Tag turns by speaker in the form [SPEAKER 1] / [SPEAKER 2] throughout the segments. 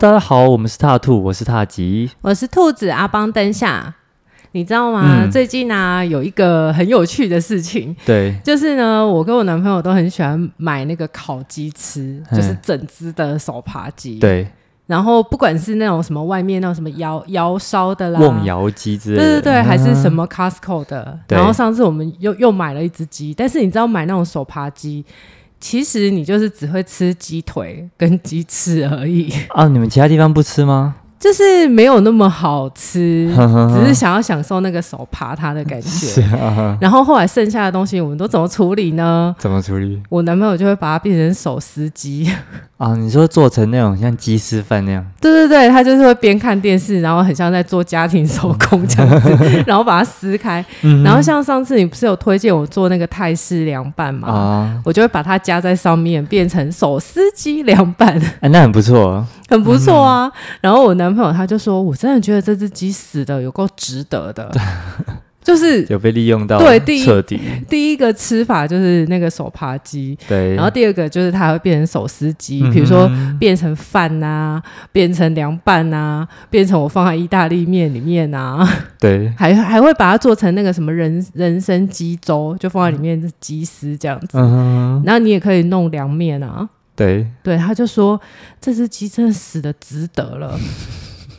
[SPEAKER 1] 大家好，我们是踏兔，我是踏吉。
[SPEAKER 2] 我是兔子阿邦灯下，你知道吗？
[SPEAKER 1] 嗯
[SPEAKER 2] 最近呢、啊有一个很有趣的事情，
[SPEAKER 1] 对，
[SPEAKER 2] 就是呢，我跟我男朋友都很喜欢买那个烤鸡吃，
[SPEAKER 1] 嗯
[SPEAKER 2] 就是整只的手扒鸡。。
[SPEAKER 1] 对，
[SPEAKER 2] 然后不管是那种什么外面那种什么窑窑烧的啦，
[SPEAKER 1] 瓮窑鸡之类
[SPEAKER 2] 对
[SPEAKER 1] 的。
[SPEAKER 2] 对对，还是什么 Costco 的。
[SPEAKER 1] 对
[SPEAKER 2] 然后上次我们又又买了一只鸡，但是你知道买那种手扒鸡，其实你就是只会吃鸡腿跟鸡翅而已，
[SPEAKER 1] 啊？你们其他地方不吃吗？，
[SPEAKER 2] 就是没有那么好 吃
[SPEAKER 1] 只
[SPEAKER 2] 只是想要享受那个手扒它的 感
[SPEAKER 1] 是
[SPEAKER 2] 觉。
[SPEAKER 1] 啊哈，
[SPEAKER 2] 然后后来剩下的东西我们都怎么处理呢？
[SPEAKER 1] 怎么处理
[SPEAKER 2] 我男朋友就会把它变成手撕鸡，
[SPEAKER 1] 啊？你说做成那种像鸡丝饭那样？
[SPEAKER 2] 对对对，他就是会边看电视，然后很像在做家庭手工 这样子，然后把它撕开。
[SPEAKER 1] 嗯
[SPEAKER 2] 然后像上次你不是有推荐我做那个泰式凉拌吗？
[SPEAKER 1] 啊，
[SPEAKER 2] 我就会把它加在上面，变成手撕鸡凉拌，
[SPEAKER 1] 哎，那很不错。
[SPEAKER 2] 很不错
[SPEAKER 1] 嗯
[SPEAKER 2] 啊。然后我男朋友他就说：“我真的觉得这只鸡死的有够值 得的，就是
[SPEAKER 1] 有被利用到，
[SPEAKER 2] 对第一
[SPEAKER 1] 彻底，
[SPEAKER 2] 第一个吃法就是那个手扒鸡，
[SPEAKER 1] 对，
[SPEAKER 2] 然后第二个就是它会变成手撕鸡，
[SPEAKER 1] 嗯哼
[SPEAKER 2] 比如说变成饭呐、变成凉拌呐、变成我放在意大利面里面呐、
[SPEAKER 1] 对，
[SPEAKER 2] 还还会把它做成那个什么人人参鸡粥，就放在里面是鸡丝这样子。
[SPEAKER 1] 嗯哼，
[SPEAKER 2] 然后你也可以弄凉面啊。
[SPEAKER 1] 对，
[SPEAKER 2] 对，他就说这只鸡真的死的值得了。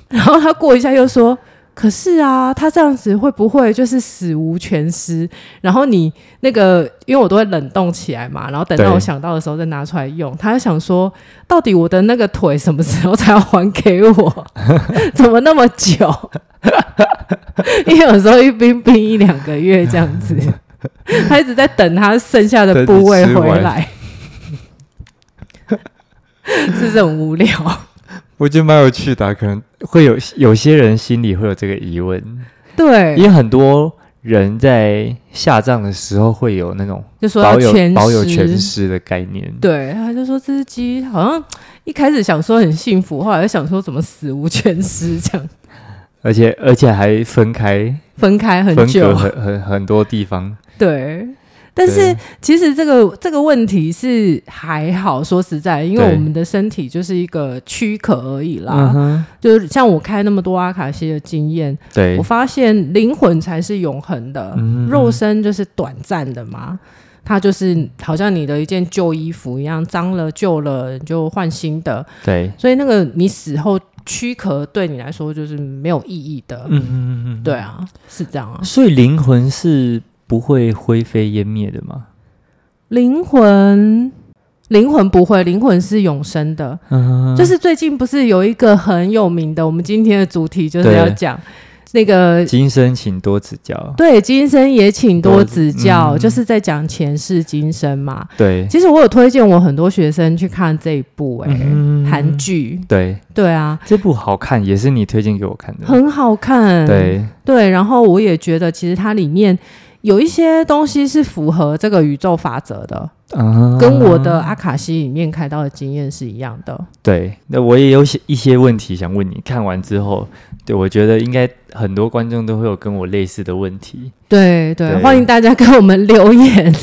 [SPEAKER 2] 然后他过一下又说，可是啊，他这样子会不会就是死无全尸？然后你那个，因为我都会冷冻起来嘛，然后等到
[SPEAKER 1] 对
[SPEAKER 2] 我想到的时候再拿出来用。他就想说，到底我的那个腿什么时候才要还给我？ 怎么那么久？ 因为有时候一冰冰一两个月这样子，他一直在等他剩下的部位回来， 是不是很无聊？
[SPEAKER 1] 我觉得蛮有趣的啊、可能会有有些人心里会有这个疑问，因
[SPEAKER 2] 对，
[SPEAKER 1] 为很多人在下葬的时候会有那种
[SPEAKER 2] 就说要
[SPEAKER 1] 保有
[SPEAKER 2] 全
[SPEAKER 1] 保有全
[SPEAKER 2] 尸。
[SPEAKER 1] 尸的概念，
[SPEAKER 2] 对，他就说这只鸡好像一开始想说很幸福，后来又想说怎么死无全尸，这样
[SPEAKER 1] 而且而且还分开
[SPEAKER 2] 分开很
[SPEAKER 1] 分隔
[SPEAKER 2] 久。
[SPEAKER 1] 很很很多地方，
[SPEAKER 2] 对，但是
[SPEAKER 1] 对
[SPEAKER 2] 其实这个这个问题是还好，说实在，因为
[SPEAKER 1] 对
[SPEAKER 2] 我们的身体就是一个躯壳而已啦。
[SPEAKER 1] 嗯哼，
[SPEAKER 2] 就是像我开那么多阿卡西的经验，
[SPEAKER 1] 对
[SPEAKER 2] 我，发现灵魂才是永恒的，
[SPEAKER 1] 嗯
[SPEAKER 2] 肉身就是短暂的嘛。它就是好像你的一件旧衣服一样，脏了旧了你就换新的，
[SPEAKER 1] 对，
[SPEAKER 2] 所以那个你死后躯壳对你来说就是没有意义的。
[SPEAKER 1] 嗯嗯嗯，
[SPEAKER 2] 对啊，是这样啊
[SPEAKER 1] 嗯，。所以灵魂是不会灰飞烟灭的嘛，
[SPEAKER 2] 灵魂，灵魂不会，灵魂是永生的。
[SPEAKER 1] 嗯哼，
[SPEAKER 2] 就是最近不是有一个很有名的，我们今天的主题就是
[SPEAKER 1] 对
[SPEAKER 2] 要讲那个
[SPEAKER 1] 今生请多指教，
[SPEAKER 2] 对，今生也请多指教，
[SPEAKER 1] 嗯
[SPEAKER 2] 就是在讲前世今生嘛。
[SPEAKER 1] 对，
[SPEAKER 2] 其实我有推荐我很多学生去看这一部、欸，
[SPEAKER 1] 嗯
[SPEAKER 2] 韩、剧，
[SPEAKER 1] 对，
[SPEAKER 2] 对啊，
[SPEAKER 1] 这部好看，也是你推荐给我看的，
[SPEAKER 2] 很好看，
[SPEAKER 1] 对，
[SPEAKER 2] 对。然后我也觉得，其实它里面有一些东西是符合这个宇宙法则的，
[SPEAKER 1] 嗯
[SPEAKER 2] 跟我的阿卡西里面看到的经验是一样的。
[SPEAKER 1] 对，那我也有些一些问题想问你，看完之后，对我觉得应该很多观众都会有跟我类似的问题，
[SPEAKER 2] 对对，
[SPEAKER 1] 对
[SPEAKER 2] 欢迎大家给我们留言，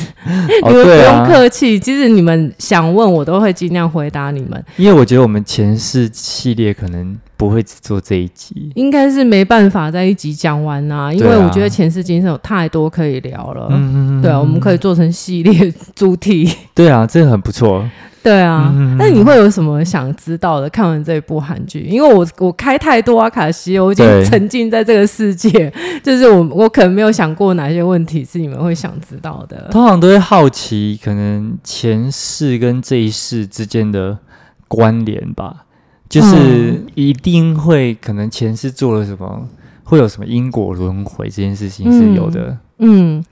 [SPEAKER 1] 哦
[SPEAKER 2] 你们不
[SPEAKER 1] 对
[SPEAKER 2] 用
[SPEAKER 1] 啊
[SPEAKER 2] 客气，即使你们想问我，都会尽量回答你们。
[SPEAKER 1] 因为我觉得我们前世系列可能不会只做这一集。
[SPEAKER 2] 应该是没办法在一集讲完啦、因为我觉得前世今生有太多可以聊了。
[SPEAKER 1] 啊嗯
[SPEAKER 2] 对啊，我们可
[SPEAKER 1] 以。
[SPEAKER 2] 以做成系列主题。
[SPEAKER 1] 对啊，这个很不错。
[SPEAKER 2] 对啊，
[SPEAKER 1] 嗯
[SPEAKER 2] 那、你会有什么想知道的？看完这一部韩剧，因为我我开太多阿卡西，我已经
[SPEAKER 1] 对
[SPEAKER 2] 沉浸在这个世界， 就是我我可能没有想过哪些问题是你们会想知道的。
[SPEAKER 1] 通常都会好奇，可能前世跟这一世之间的关联吧，就是
[SPEAKER 2] 嗯
[SPEAKER 1] 一定会可能前世做了什么，会有什么因果轮回这件事情是有的。
[SPEAKER 2] 嗯，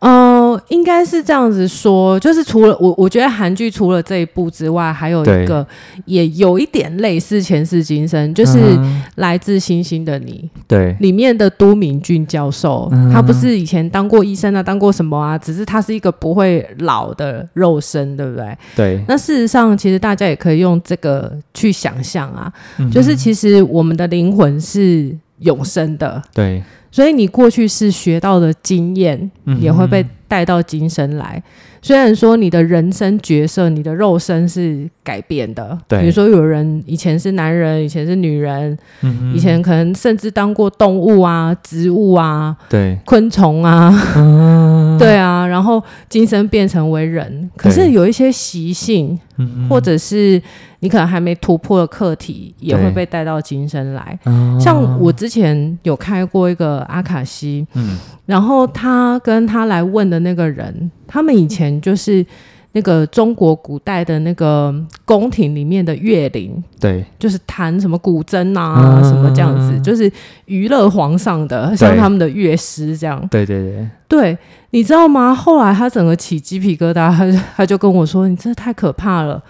[SPEAKER 2] 呃，应该是这样子说，就是除了我，我觉得韩剧除了这一部之外，还有
[SPEAKER 1] 对
[SPEAKER 2] 一个也有一点类似前世今生，就是《
[SPEAKER 1] 嗯
[SPEAKER 2] 来自星星的你》
[SPEAKER 1] 对
[SPEAKER 2] 里面的都敏俊教授，
[SPEAKER 1] 嗯
[SPEAKER 2] 他不是以前当过医生啊，当过什么啊，只是他是一个不会老的肉身，对不对？
[SPEAKER 1] 对，
[SPEAKER 2] 那事实上，其实大家也可以用这个去想象啊，
[SPEAKER 1] 嗯
[SPEAKER 2] 就是其实我们的灵魂是永生的，
[SPEAKER 1] 对，
[SPEAKER 2] 所以你过去是学到的经验
[SPEAKER 1] 嗯
[SPEAKER 2] 也会被带到今生来。虽然说你的人生角色、你的肉身是改变的，
[SPEAKER 1] 对
[SPEAKER 2] 比如说有人以前是男人，以前是女人，
[SPEAKER 1] 嗯哼
[SPEAKER 2] 以前可能甚至当过动物啊、植物啊、
[SPEAKER 1] 对，
[SPEAKER 2] 昆虫啊，
[SPEAKER 1] 嗯，
[SPEAKER 2] 对啊，然后今生变成为人，可是
[SPEAKER 1] 对
[SPEAKER 2] 有一些习性，
[SPEAKER 1] 嗯哼
[SPEAKER 2] 或者是你可能还没突破的课题，也会
[SPEAKER 1] 对
[SPEAKER 2] 被带到今生来。
[SPEAKER 1] 啊
[SPEAKER 2] 像我之前有开过一个阿卡西，
[SPEAKER 1] 嗯
[SPEAKER 2] 然后他跟他来问的那个人，他们以前就是那个中国古代的那个宫廷里面的乐伶，
[SPEAKER 1] 对
[SPEAKER 2] 就是弹什么古筝啊，
[SPEAKER 1] 嗯
[SPEAKER 2] 什么这样子，就是娱乐皇上的，像他们的乐师这样。
[SPEAKER 1] 对对对，
[SPEAKER 2] 对，你知道吗？后来他整个起鸡皮疙瘩，他就他就跟我说：“你真的太可怕了。”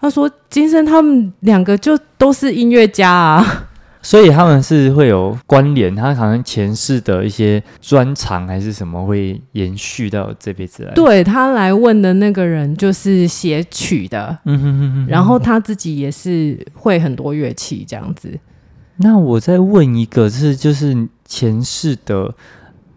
[SPEAKER 2] 他说：“金生他们两个就都是音乐家
[SPEAKER 1] 嗯
[SPEAKER 2] 啊，
[SPEAKER 1] 所以他们是会有关联，他好像前世的一些专长还是什么会延续到这辈子来。，
[SPEAKER 2] 对他来问的那个人就是写曲的，
[SPEAKER 1] 嗯哼哼哼。
[SPEAKER 2] 然后他自己也是会很多乐器这样子。
[SPEAKER 1] 那我再问一个，是就是前世的，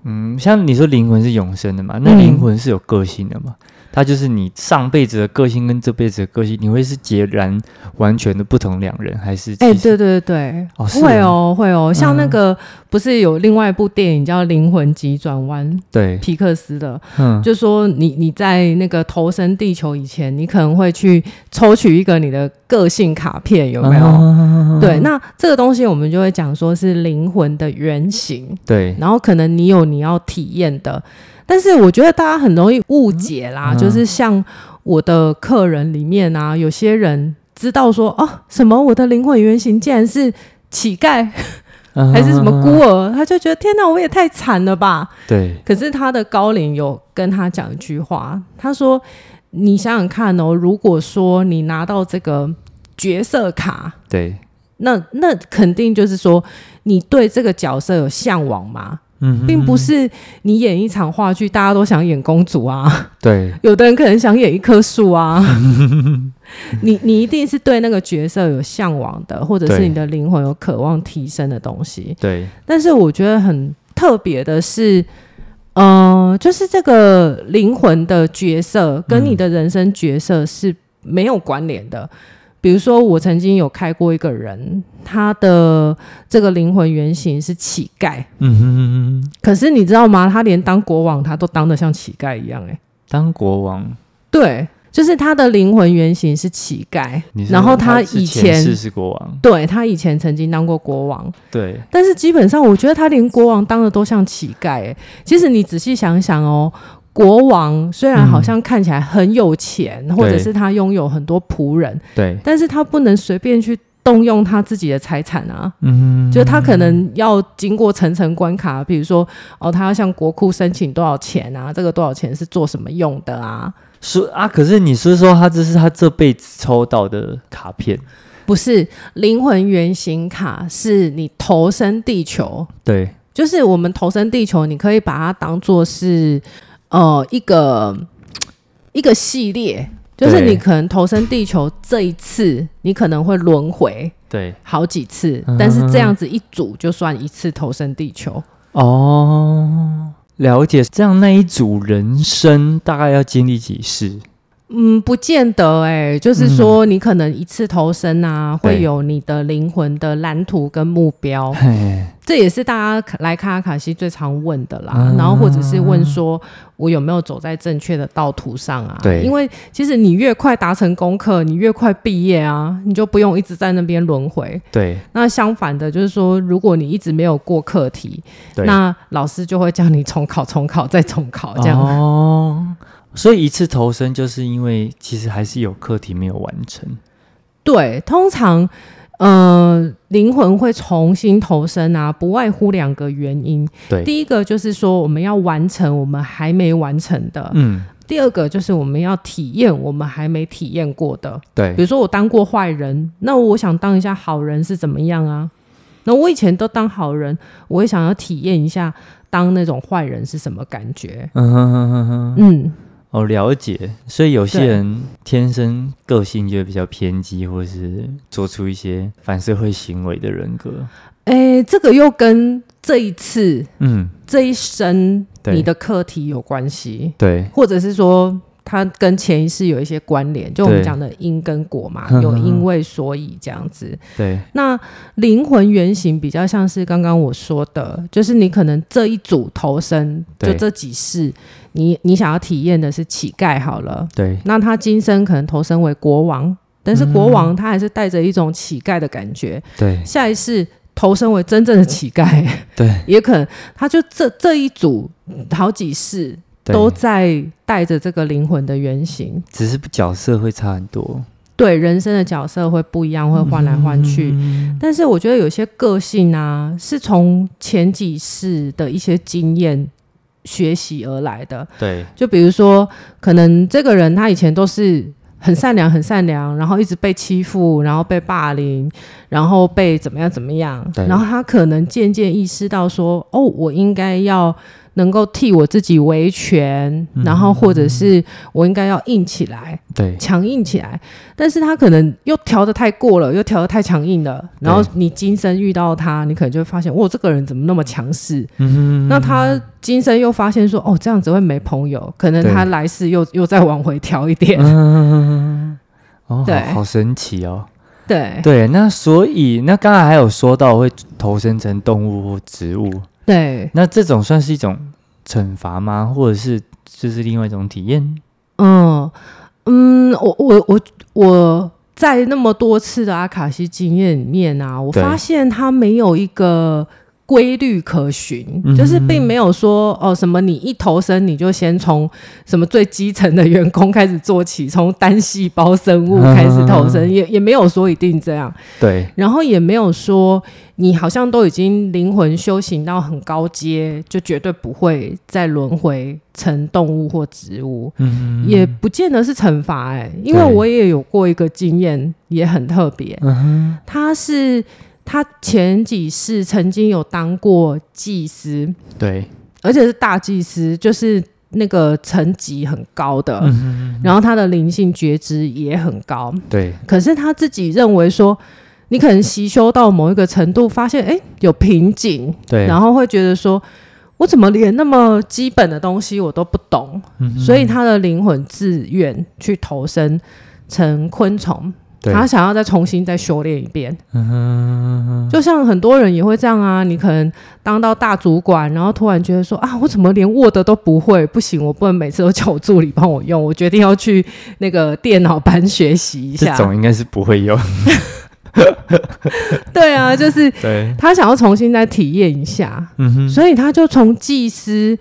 [SPEAKER 1] 嗯，像你说灵魂是永生的嘛？那
[SPEAKER 2] 嗯
[SPEAKER 1] 灵魂是有个性的嘛？它就是你上辈子的个性跟这辈子的个性，你会是截然完全的不同两人，还是？
[SPEAKER 2] 哎、对，对对，
[SPEAKER 1] 哦是
[SPEAKER 2] 会哦会哦，像那
[SPEAKER 1] 嗯
[SPEAKER 2] 个、不是有另外一部电影叫《灵魂急转弯》，
[SPEAKER 1] 对，
[SPEAKER 2] 皮克斯的，
[SPEAKER 1] 嗯，
[SPEAKER 2] 就说你你在那个投身地球以前，你可能会去抽取一个你的个性卡片，有没有？
[SPEAKER 1] 啊
[SPEAKER 2] 对，那这个东西我们就会讲说是灵魂的原型，
[SPEAKER 1] 对，
[SPEAKER 2] 然后可能你有你要体验的，但是我觉得大家很容易误解啦，
[SPEAKER 1] 嗯
[SPEAKER 2] 就是像我的客人里面啊，有些人知道说哦，什么我的灵魂原型竟然是乞丐还是什么孤
[SPEAKER 1] 啊？
[SPEAKER 2] 儿，他就觉得天哪，我也太惨了吧。
[SPEAKER 1] 对，
[SPEAKER 2] 可是他的高龄有跟他讲一句话，他说：“你想想看哦，如果说你拿到这个角色卡，
[SPEAKER 1] 对，
[SPEAKER 2] 那那肯定就是说你对这个角色有向往嘛，
[SPEAKER 1] 嗯
[SPEAKER 2] 并不
[SPEAKER 1] 哼
[SPEAKER 2] 是你演一场话剧，大家都想演公主啊，
[SPEAKER 1] 对，
[SPEAKER 2] 有的人可能想演一棵树啊。
[SPEAKER 1] 嗯
[SPEAKER 2] 你你一定是对那个角色有向往的，或者是
[SPEAKER 1] 对
[SPEAKER 2] 你的灵魂有渴望提升的东西。
[SPEAKER 1] 对，
[SPEAKER 2] 但是我觉得很特别的是，呃，就是这个灵魂的角色跟你的人生角色是没有关联的。比如说，我曾经有开过一个人，他的这个灵魂原型是乞丐，
[SPEAKER 1] 嗯哼哼哼，
[SPEAKER 2] 可是你知道吗？他连当国王他都当得像乞丐一样、欸，
[SPEAKER 1] 当国王，
[SPEAKER 2] 对，就是他的灵魂原型是乞丐
[SPEAKER 1] 你，是
[SPEAKER 2] 然后
[SPEAKER 1] 说
[SPEAKER 2] 他
[SPEAKER 1] 是
[SPEAKER 2] 以
[SPEAKER 1] 前世
[SPEAKER 2] 前。
[SPEAKER 1] 是国王，
[SPEAKER 2] 对他以前曾经当过国王，
[SPEAKER 1] 对，
[SPEAKER 2] 但是基本上，我觉得他连国王当的都像乞丐、欸。其实你仔细想想哦，国王虽然好像看起来很有钱，或者是他拥有很多仆人，
[SPEAKER 1] 对，
[SPEAKER 2] 但是他不能随便去动用他自己的财产啊。
[SPEAKER 1] 嗯，
[SPEAKER 2] 就是他可能要经过层层关卡，比如说哦，他要向国库申请多少钱啊？这个多少钱是做什么用的啊？
[SPEAKER 1] 说啊，可是你是说他这是他这辈子抽到的卡片？
[SPEAKER 2] 不是灵魂原型卡，是你投身地球
[SPEAKER 1] 对，
[SPEAKER 2] 就是我们投身地球，你可以把它当做是呃一个一个系列，就是
[SPEAKER 1] 对
[SPEAKER 2] 你可能投身地球这一次，你可能会轮回
[SPEAKER 1] 对，
[SPEAKER 2] 好几次
[SPEAKER 1] 嗯，
[SPEAKER 2] 但是这样子一组就算一次投身地球。
[SPEAKER 1] 哦，了解。这样那一组人生大概要经历几 世？
[SPEAKER 2] 嗯，不见得哎、就是说你可能一次投身啊，
[SPEAKER 1] 嗯对
[SPEAKER 2] 会有你的灵魂的蓝图跟目标，
[SPEAKER 1] 嘿，
[SPEAKER 2] 这也是大家来看阿卡西最常问的啦。
[SPEAKER 1] 啊
[SPEAKER 2] 然后或者是问说，我有没有走在正确的道途上啊？
[SPEAKER 1] 对
[SPEAKER 2] 因为其实你越快达成功课，你越快毕业啊，你就不用一直在那边轮回。
[SPEAKER 1] 对
[SPEAKER 2] 那相反的，就是说，如果你一直没有过课题，
[SPEAKER 1] 对，
[SPEAKER 2] 那老师就会叫你重考、重考再重考这样。
[SPEAKER 1] 哦，所以一次投生就是因为其实还是有课题没有完成。
[SPEAKER 2] 对，通常。呃，灵魂会重新投生啊，不外乎两个原因。
[SPEAKER 1] 对，
[SPEAKER 2] 第一个就是说，我们要完成我们还没完成的，
[SPEAKER 1] 嗯，
[SPEAKER 2] 第二个就是我们要体验我们还没体验过的，比
[SPEAKER 1] 对
[SPEAKER 2] 如说我当过坏人，那我想当一下好人是怎么样啊？那我以前都当好人，我也想要体验一下当那种坏人是什么感觉。
[SPEAKER 1] 嗯哼哼哼哼，
[SPEAKER 2] 嗯，
[SPEAKER 1] 哦，了解。所以有些
[SPEAKER 2] 对
[SPEAKER 1] 人天生个性就会比较偏激，或是做出一些反社会行为的人格。
[SPEAKER 2] 诶，这个又跟这一次
[SPEAKER 1] 嗯，
[SPEAKER 2] 这一生
[SPEAKER 1] 对
[SPEAKER 2] 你的课题有关系，
[SPEAKER 1] 对
[SPEAKER 2] 或者是说它跟潜意识有一些关联，就我们
[SPEAKER 1] 对
[SPEAKER 2] 讲的因跟果嘛
[SPEAKER 1] 哼，
[SPEAKER 2] 有
[SPEAKER 1] 哼
[SPEAKER 2] 因
[SPEAKER 1] 哼
[SPEAKER 2] 为所以这样子。
[SPEAKER 1] 对，
[SPEAKER 2] 那灵魂原型比较像是刚刚我说的，就是你可能这一组投身，
[SPEAKER 1] 对
[SPEAKER 2] 就这几世，你你想要体验的是乞丐好了，
[SPEAKER 1] 对，
[SPEAKER 2] 那他今生可能投身为国王，但是国
[SPEAKER 1] 嗯
[SPEAKER 2] 王他还是带着一种乞丐的感觉，
[SPEAKER 1] 对，
[SPEAKER 2] 下一世投身为真正的乞丐，
[SPEAKER 1] 对，
[SPEAKER 2] 也可能他就这这一组好几世
[SPEAKER 1] 对
[SPEAKER 2] 都在带着这个灵魂的原型，
[SPEAKER 1] 只是角色会差很多，
[SPEAKER 2] 对人生的角色会不一样，会换来换去。但是我觉得有些个性啊，是从前几世的一些经验学习而来的。
[SPEAKER 1] 对，
[SPEAKER 2] 就比如说，可能这个人他以前都是很善良、很善良，然后一直被欺负，然后被霸凌，然后被怎么样怎么样，
[SPEAKER 1] 对
[SPEAKER 2] 然后他可能渐渐意识到说，哦，我应该要能够替我自己维权，然后或者是我应该要硬起来。
[SPEAKER 1] 对，
[SPEAKER 2] 强硬起来，但是他可能又调的太过了，又调的太强硬了，然后你今生遇到他，你可能就会发现，哇，这个人怎么那么强势？
[SPEAKER 1] 嗯
[SPEAKER 2] 那他今生又发现说，哦，这样子会没朋友，可能
[SPEAKER 1] 对
[SPEAKER 2] 他来世又又再往回调一点。
[SPEAKER 1] 嗯，哦，
[SPEAKER 2] 对
[SPEAKER 1] 好好神奇哦。
[SPEAKER 2] 对
[SPEAKER 1] 对，那所以那刚才还有说到会投身成动物或植物，
[SPEAKER 2] 对，
[SPEAKER 1] 那这种算是一种惩罚吗？或者是就是另外一种体验？
[SPEAKER 2] 嗯嗯，我我我我在那么多次的阿卡西经验里面啊，我
[SPEAKER 1] 对
[SPEAKER 2] 发现他没有一个。规律可循
[SPEAKER 1] 嗯，
[SPEAKER 2] 就是并没有说哦什么你一投身你就先从什么最基层的员工开始做起，从单细胞生物开始投
[SPEAKER 1] 嗯
[SPEAKER 2] 身，也也没有说一定这样。
[SPEAKER 1] 对，
[SPEAKER 2] 然后也没有说你好像都已经灵魂修行到很高阶，就绝对不会再轮回成动物或植物，
[SPEAKER 1] 嗯
[SPEAKER 2] 也不见得是惩罚哎、因为
[SPEAKER 1] 对
[SPEAKER 2] 我也有过一个经验，也很特别，
[SPEAKER 1] 嗯
[SPEAKER 2] 他是他前几世曾经有当过祭司，
[SPEAKER 1] 哼，对，
[SPEAKER 2] 而且是大祭司，就是那个层级很高的，
[SPEAKER 1] 嗯
[SPEAKER 2] 然后他的灵性觉知也很高，
[SPEAKER 1] 对，
[SPEAKER 2] 可是他自己认为说，你可能习修到某一个程度，发现哎、诶有瓶颈，
[SPEAKER 1] 对，
[SPEAKER 2] 然后会觉得说，我怎么连那么基本的东西我都不懂？
[SPEAKER 1] 嗯
[SPEAKER 2] 所以他的灵魂自愿去投身成昆虫，
[SPEAKER 1] 对
[SPEAKER 2] 他想要再重新再修炼一遍。
[SPEAKER 1] 嗯哼
[SPEAKER 2] 就像很多人也会这样啊，你可能当到大主管，然后突然觉得说啊，我怎么连 Word 都不会？不行，我不能每次都叫我助理帮我用，我决定要去那个电脑班学习一
[SPEAKER 1] 这
[SPEAKER 2] 下。
[SPEAKER 1] 种应该是不会 有，
[SPEAKER 2] 对啊，就是
[SPEAKER 1] 对，
[SPEAKER 2] 他想要重新再体验一下，
[SPEAKER 1] 嗯哼，
[SPEAKER 2] 所以他就从祭司，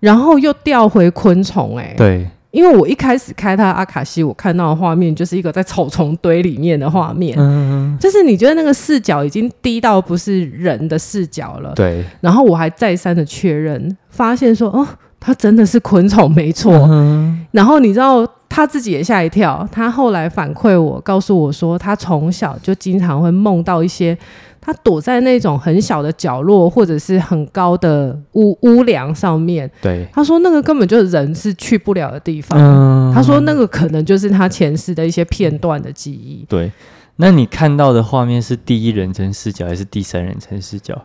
[SPEAKER 2] 然后又调回昆虫、欸。哎，
[SPEAKER 1] 对，
[SPEAKER 2] 因为我一开始开他的阿卡西，我看到的画面就是一个在草丛堆里面的画面，
[SPEAKER 1] 嗯，
[SPEAKER 2] 就是你觉得那个视角已经低到不是人的视角了。
[SPEAKER 1] 对，
[SPEAKER 2] 然后我还再三的确认，发现说，哦，他真的是昆虫，没错。
[SPEAKER 1] 嗯
[SPEAKER 2] 然后你知道他自己也吓一跳，他后来反馈我，告诉我说，他从小就经常会梦到一些，他躲在那种很小的角落或者是很高的屋屋梁上面，
[SPEAKER 1] 对，
[SPEAKER 2] 他说那个根本就是人是去不了的地方。
[SPEAKER 1] 嗯
[SPEAKER 2] 他说那个可能就是他前世的一些片段的记忆，
[SPEAKER 1] 对。那你看到的画面是第一人称视角还是第三人称视角？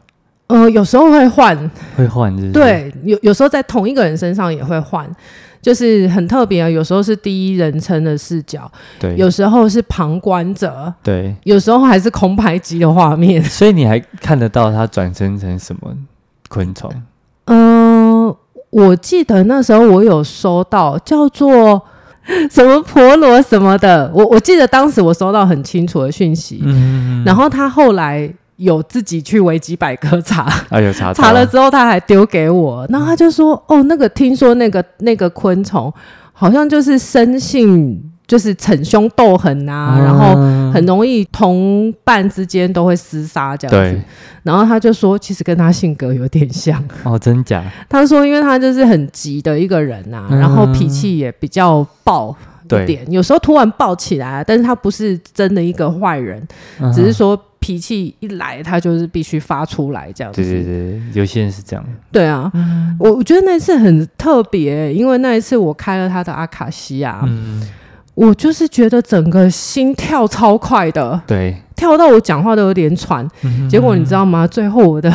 [SPEAKER 2] 呃，有时候会换，
[SPEAKER 1] 会换，是不是？，
[SPEAKER 2] 对，有有时候在同一个人身上也会换，就是很特别啊。有时候是第一人称的视角，
[SPEAKER 1] 对，
[SPEAKER 2] 有时候是旁观者，
[SPEAKER 1] 对，
[SPEAKER 2] 有时候还是空拍机的画 面。
[SPEAKER 1] 所以你还看得到它转身成什么昆虫？
[SPEAKER 2] 嗯、我记得那时候我有收到叫做 什么婆罗什么的，我我记得当时我收到很清楚的讯息，
[SPEAKER 1] 嗯，
[SPEAKER 2] 然后他后来有自己去维基百科查，
[SPEAKER 1] 啊，有查到
[SPEAKER 2] 查了，之后他还丢给
[SPEAKER 1] 嗯
[SPEAKER 2] 我，然后他就说：“哦，那个听说那个那个昆虫好像就是生性就是逞凶斗狠啊，然后
[SPEAKER 1] 嗯
[SPEAKER 2] 很容易同伴之间都会厮杀这样
[SPEAKER 1] 对
[SPEAKER 2] 子。”然后他就说，其实跟他性格有点像。
[SPEAKER 1] 哦，真假
[SPEAKER 2] 他说，因为他就是很急的一个人啊，
[SPEAKER 1] 嗯
[SPEAKER 2] 然后脾气也比较暴。一
[SPEAKER 1] 对，
[SPEAKER 2] 点，有时候突然暴起来，啊但是他不是真的一个坏人，
[SPEAKER 1] 嗯
[SPEAKER 2] 只是说脾气一来，他就是必须发出来这样子。
[SPEAKER 1] 对对对，有些人是这样，
[SPEAKER 2] 对啊，
[SPEAKER 1] 嗯
[SPEAKER 2] 我我觉得那一次很特别、因为那一次我开了他的阿卡西啊，
[SPEAKER 1] 嗯，
[SPEAKER 2] 我就是觉得整个心跳超快的，
[SPEAKER 1] 对，
[SPEAKER 2] 跳到我讲话都有点喘。
[SPEAKER 1] 嗯
[SPEAKER 2] 结果你知道吗？最后我的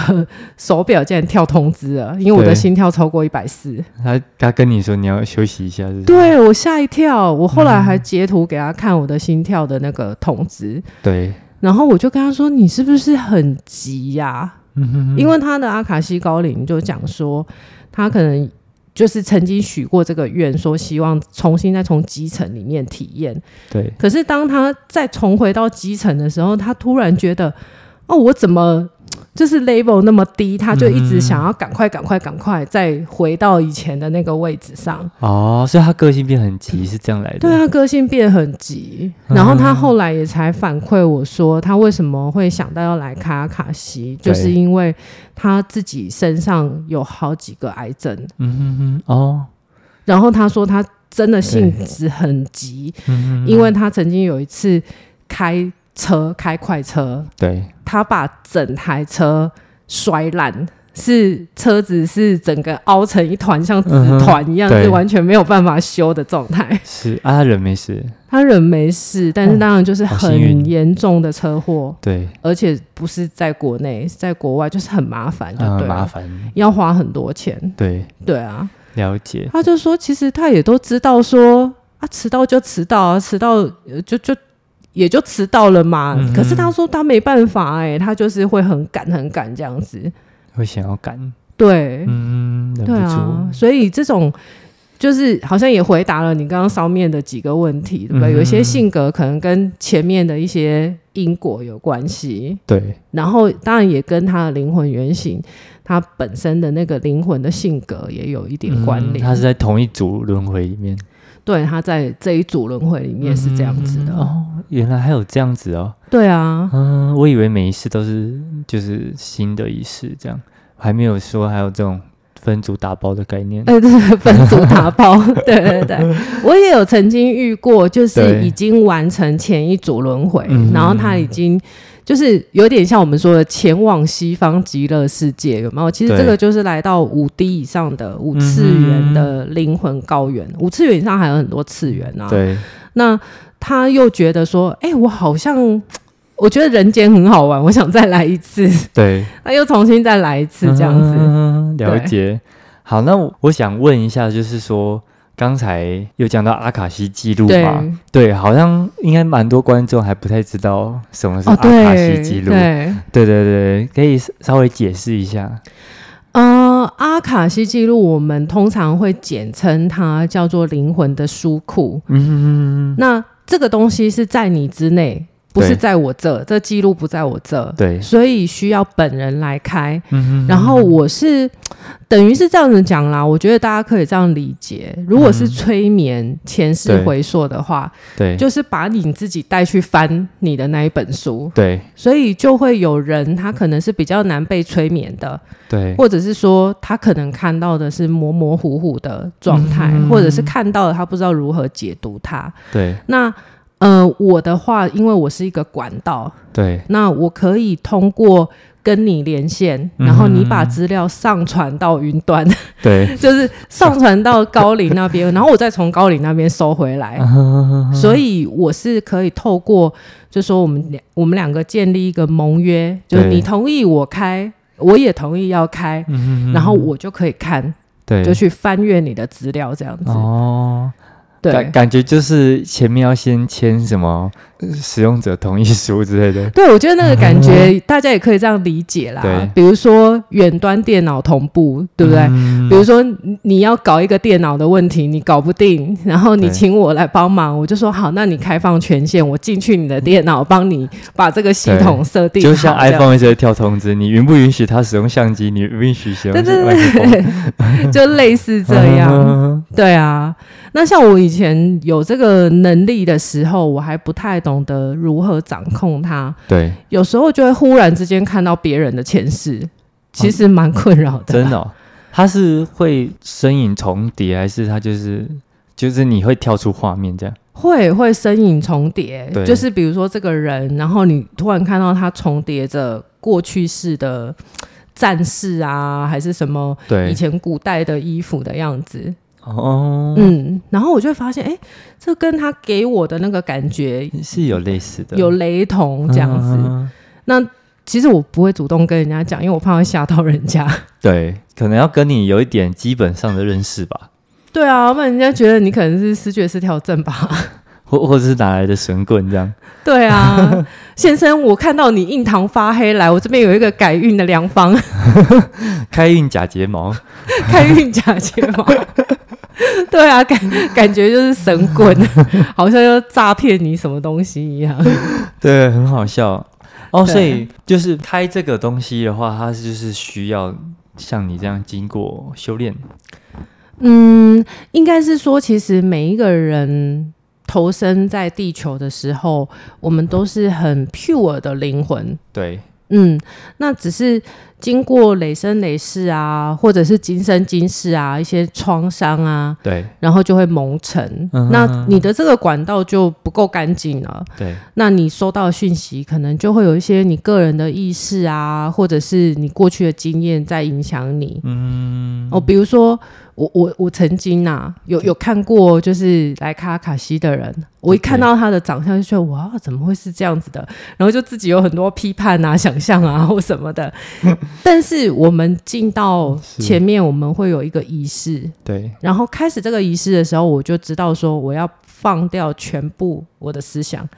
[SPEAKER 2] 手表竟然跳通知了，因为我的
[SPEAKER 1] 对
[SPEAKER 2] 心跳超过一百四。
[SPEAKER 1] 他他跟你说你要休息一下，是不是
[SPEAKER 2] 对我吓一跳，我后来还
[SPEAKER 1] 嗯
[SPEAKER 2] 截图给他看我的心跳的那个通知，
[SPEAKER 1] 对，
[SPEAKER 2] 然后我就跟他说：“你是不是很急呀、
[SPEAKER 1] 嗯哼哼
[SPEAKER 2] 因为他的阿卡西高龄就讲说，他可能就是曾经许过这个愿，说希望重新再从基层里面体验。
[SPEAKER 1] 对，
[SPEAKER 2] 可是当他再重回到基层的时候，他突然觉得，哦，我怎么就是 level 那么低？他就一
[SPEAKER 1] 嗯
[SPEAKER 2] 直想要赶快、赶快、赶快再回到以前的那个位置上。
[SPEAKER 1] 哦，所以他个性变很急是这样来的，
[SPEAKER 2] 对，他个性变很急，
[SPEAKER 1] 嗯
[SPEAKER 2] 然后他后来也才反馈我说，他为什么会想到要来卡卡西，
[SPEAKER 1] 对
[SPEAKER 2] 就是因为他自己身上有好几个癌症，
[SPEAKER 1] 嗯哼哼，哦，
[SPEAKER 2] 然后他说他真的性子很急，
[SPEAKER 1] 嗯哼
[SPEAKER 2] 因为他曾经有一次开车开快车，
[SPEAKER 1] 对，
[SPEAKER 2] 他把整台车摔烂。是车子是整个凹成一团，像纸
[SPEAKER 1] 嗯哼
[SPEAKER 2] 团一样，
[SPEAKER 1] 对
[SPEAKER 2] 是完全没有办法修的状态。
[SPEAKER 1] 是啊，他人没事，
[SPEAKER 2] 他人没事，但是当然就是
[SPEAKER 1] 嗯好幸运
[SPEAKER 2] 很严重的车祸，
[SPEAKER 1] 对，
[SPEAKER 2] 而且不是在国内，是在国外，就是很麻烦，就
[SPEAKER 1] 嗯，
[SPEAKER 2] 对了、啊
[SPEAKER 1] 麻烦，
[SPEAKER 2] 要花很多钱。
[SPEAKER 1] 对，
[SPEAKER 2] 对啊，
[SPEAKER 1] 了解，
[SPEAKER 2] 他就说，其实他也都知道说啊，迟到就迟到啊，迟到呃就就也就迟到了嘛。
[SPEAKER 1] 嗯哼
[SPEAKER 2] 可是他说他没办法哎、他就是会很赶很赶这样子。
[SPEAKER 1] 会想要赶，
[SPEAKER 2] 对，
[SPEAKER 1] 嗯，忍不
[SPEAKER 2] 对啊
[SPEAKER 1] 住，，
[SPEAKER 2] 所以这种就是好像也回答了你刚刚上面的几个问题，对不对？
[SPEAKER 1] 嗯哼
[SPEAKER 2] 有一些性格可能跟前面的一些因果有关系，
[SPEAKER 1] 对，
[SPEAKER 2] 然后当然也跟他的灵魂原型，他本身的那个灵魂的性格也有一点关
[SPEAKER 1] 嗯
[SPEAKER 2] 联。
[SPEAKER 1] 他是在同一组轮回里面，
[SPEAKER 2] 对他在这一组轮回里面是这样子的，
[SPEAKER 1] 嗯哦，原来还有这样子哦，
[SPEAKER 2] 对啊，
[SPEAKER 1] 嗯，我以为每一世都是就是新的一世这样，还没有说还有这种分组打包的概念。
[SPEAKER 2] 呃，对 分组打包，对对对，我也有曾经遇过，就是
[SPEAKER 1] 对
[SPEAKER 2] 已经完成前一组轮回
[SPEAKER 1] 嗯，
[SPEAKER 2] 然后他已经就是有点像我们说的前往西方极乐世界，有没有？其实
[SPEAKER 1] 对嗯
[SPEAKER 2] 这个就是来到五 D 以上的五次元的灵魂高原，五次元以上还有很多次元啊。
[SPEAKER 1] 对，
[SPEAKER 2] 那他又觉得说，哎、我好像。我觉得人间很好玩，我想再来一次，
[SPEAKER 1] 对，
[SPEAKER 2] 那又重新再来一次这样子。
[SPEAKER 1] 嗯了
[SPEAKER 2] 对
[SPEAKER 1] 解。好，那我我想问一下，就是说刚才有讲到阿卡西记录
[SPEAKER 2] 对，
[SPEAKER 1] 嘛？对，好像应该蛮多观众还不太知道什么是阿
[SPEAKER 2] 哦，
[SPEAKER 1] 卡西
[SPEAKER 2] 对，
[SPEAKER 1] 记录。
[SPEAKER 2] 对，
[SPEAKER 1] 对对对，可以稍微解释一下。
[SPEAKER 2] 呃，阿卡西记录我们通常会简称它叫做灵魂的书库。
[SPEAKER 1] 嗯，
[SPEAKER 2] 那这个东西是在你之内，不是
[SPEAKER 1] 对
[SPEAKER 2] 在我这，这记录不在我这，
[SPEAKER 1] 对，
[SPEAKER 2] 所以需要本人来开。
[SPEAKER 1] 嗯
[SPEAKER 2] 然后我是等于是这样子讲啦，我觉得大家可以这样理解。如果是
[SPEAKER 1] 嗯
[SPEAKER 2] 催眠前世
[SPEAKER 1] 对
[SPEAKER 2] 回溯的话，
[SPEAKER 1] 对，
[SPEAKER 2] 就是把你自己带去翻你的那一本书，
[SPEAKER 1] 对
[SPEAKER 2] 所以就会有人他可能是比较难被催眠的，
[SPEAKER 1] 对，
[SPEAKER 2] 或者是说他可能看到的是模模糊糊的状态，
[SPEAKER 1] 嗯
[SPEAKER 2] 或者是看到了他不知道如何解读它。
[SPEAKER 1] 对
[SPEAKER 2] 那呃，我的话，因为我是一个管道，
[SPEAKER 1] 对
[SPEAKER 2] 那我可以通过跟你连线，
[SPEAKER 1] 嗯
[SPEAKER 2] 然后你把资料上传到云端，
[SPEAKER 1] 对，
[SPEAKER 2] 就是上传到高龄那边，然后我再从高龄那边收回 来。
[SPEAKER 1] 嗯
[SPEAKER 2] 所以我是可以透过，就说我们两我们两个建立一个盟约，就是
[SPEAKER 1] 对
[SPEAKER 2] 你同意我开，我也同意要开，
[SPEAKER 1] 嗯
[SPEAKER 2] 然后我就可以看，
[SPEAKER 1] 对
[SPEAKER 2] 就去翻阅你的资料这样子。
[SPEAKER 1] 哦，感
[SPEAKER 2] 对，
[SPEAKER 1] 感觉就是前面要先签什么呃使用者同意书之类的，
[SPEAKER 2] 对我觉得那个感觉大家也可以这样理解
[SPEAKER 1] 对
[SPEAKER 2] 啦。比如说远端电脑同步，对不对？
[SPEAKER 1] 嗯
[SPEAKER 2] 比如说你你要搞一个电脑的问题，你搞不定，然后你
[SPEAKER 1] 对
[SPEAKER 2] 请我来帮忙，我就说好，那你开放权限，我进去你的电脑，帮你把这个系统设定好。
[SPEAKER 1] 就像
[SPEAKER 2] 这样
[SPEAKER 1] iPhone 一直会跳通知，你允不允许他使用相机？你允许使用
[SPEAKER 2] 对对
[SPEAKER 1] 麦克风？
[SPEAKER 2] 就类似 这样。
[SPEAKER 1] 嗯
[SPEAKER 2] 对啊，那像我以前有这个能力的时候，我还不太懂得如何掌控它。
[SPEAKER 1] 对，
[SPEAKER 2] 有时候就会忽然之间看到别人的前世，其实蛮困扰 的。
[SPEAKER 1] 真的、哦，它是会身影重叠，还是它就是就是你会跳出画面这样？
[SPEAKER 2] 会会身影重叠
[SPEAKER 1] 对，
[SPEAKER 2] 就是比如说这个人，然后你突然看到他重叠着过去式的战士啊，还是什么以
[SPEAKER 1] 对，
[SPEAKER 2] 前古代的衣服的样子，
[SPEAKER 1] 哦，
[SPEAKER 2] 嗯，然后我就会发现，哎，这跟他给我的那个感觉
[SPEAKER 1] 是有类似的，
[SPEAKER 2] 有雷同，这样子。
[SPEAKER 1] 嗯
[SPEAKER 2] 那其实我不会主动跟人家讲，因为我怕会吓到人家。
[SPEAKER 1] 对，可能要跟你有一点基本上的认识吧，
[SPEAKER 2] 对啊，不然人家觉得你可能是视觉失调症吧？
[SPEAKER 1] 或或者是哪来的神棍这 样。
[SPEAKER 2] 对啊， 先生，我看到你印堂发黑，来，我这边有一个改运的良方，
[SPEAKER 1] 开运假睫毛，
[SPEAKER 2] 开运假睫毛。 对啊，感感觉就是神棍， 好像要诈骗你什么东西一样。
[SPEAKER 1] 对，很好笑哦。
[SPEAKER 2] 对
[SPEAKER 1] 所以就是开这个东西的话，它是就是需要像你这样经过修炼，
[SPEAKER 2] 嗯，应该是说，其实每一个人投身在地球的时候，我们都是很 pure 的灵魂。
[SPEAKER 1] 对，
[SPEAKER 2] 嗯，那只是经过累生累世啊，或者是今生今世啊，一些创伤啊，
[SPEAKER 1] 对，
[SPEAKER 2] 然后就会蒙尘。
[SPEAKER 1] 嗯哼
[SPEAKER 2] 那你的这个管道就不够干净了，
[SPEAKER 1] 对，
[SPEAKER 2] 那你收到的讯息可能就会有一些你个人的意识啊，或者是你过去的经验在影响你。
[SPEAKER 1] 嗯，
[SPEAKER 2] 哦，比如说我我我曾经啊，有有看过就是来卡卡西的人，我一看到他的长相就觉得哇，怎么会是这样子的？然后就自己有很多批判啊、想象啊 或什么的。但是我们进到
[SPEAKER 1] 是
[SPEAKER 2] 前面，我们会有一个仪式，
[SPEAKER 1] 对，
[SPEAKER 2] 然后开始这个仪式的时候，我就知道说我要放掉全部我的思想，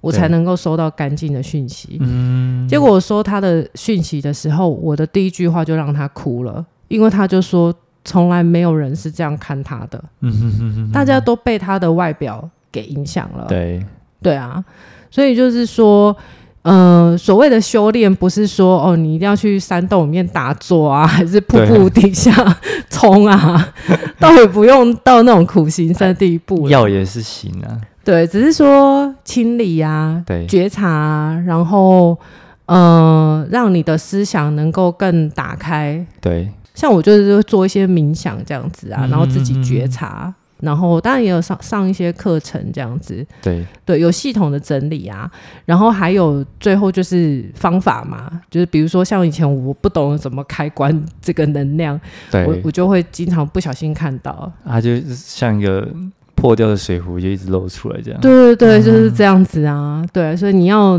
[SPEAKER 2] 我才
[SPEAKER 1] 对
[SPEAKER 2] 能够收到干净的讯息。
[SPEAKER 1] 嗯，
[SPEAKER 2] 结果我收他的讯息的时候，我的第一句话就让他哭了，因为他就说从来没有人是这样看他的，
[SPEAKER 1] 嗯哼哼哼
[SPEAKER 2] 大家都被他的外表给影响了。
[SPEAKER 1] 对，
[SPEAKER 2] 对啊，所以就是说。呃，所谓的修炼不是说哦，你一定要去山洞里面打坐啊，还是瀑布底下冲啊，倒也不用到那种苦行僧地 步了。
[SPEAKER 1] 药也是行啊，
[SPEAKER 2] 对，只是说清理啊，
[SPEAKER 1] 对
[SPEAKER 2] 觉察啊、然后呃，让你的思想能够更打开。
[SPEAKER 1] 对，
[SPEAKER 2] 像我就是会做一些冥想这样子啊，然后自己觉察，然后当然也有上上一些课程这样子，
[SPEAKER 1] 对，
[SPEAKER 2] 对，有系统的整理啊，然后还有最后就是方法嘛，就是比如说像以前我不懂怎么开关这个能量，我
[SPEAKER 1] 对
[SPEAKER 2] 我，就会经常不小心看到，
[SPEAKER 1] 它就是像一个破掉的水壶，就一直露出来这样。
[SPEAKER 2] 对对对，
[SPEAKER 1] 嗯
[SPEAKER 2] 就是这样子啊，对，所以你要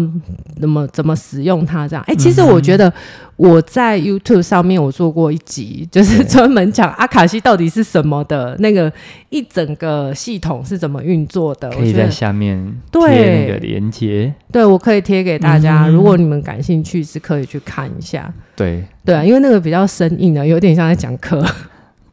[SPEAKER 2] 怎么怎么使用它这样。哎、其实
[SPEAKER 1] 嗯
[SPEAKER 2] 我觉得我在 YouTube 上面我做过一集，就是
[SPEAKER 1] 对
[SPEAKER 2] 专门讲阿卡西到底是什么的那个一整个系统是怎么运作的。
[SPEAKER 1] 可
[SPEAKER 2] 我
[SPEAKER 1] 以
[SPEAKER 2] 觉
[SPEAKER 1] 在
[SPEAKER 2] 得
[SPEAKER 1] 下面贴
[SPEAKER 2] 对
[SPEAKER 1] 那个连接，
[SPEAKER 2] 对我可以贴给大家，
[SPEAKER 1] 嗯
[SPEAKER 2] 如果你们感兴趣是可以去看一下。
[SPEAKER 1] 对
[SPEAKER 2] 对啊，因为那个比较生硬的，有点像在讲课。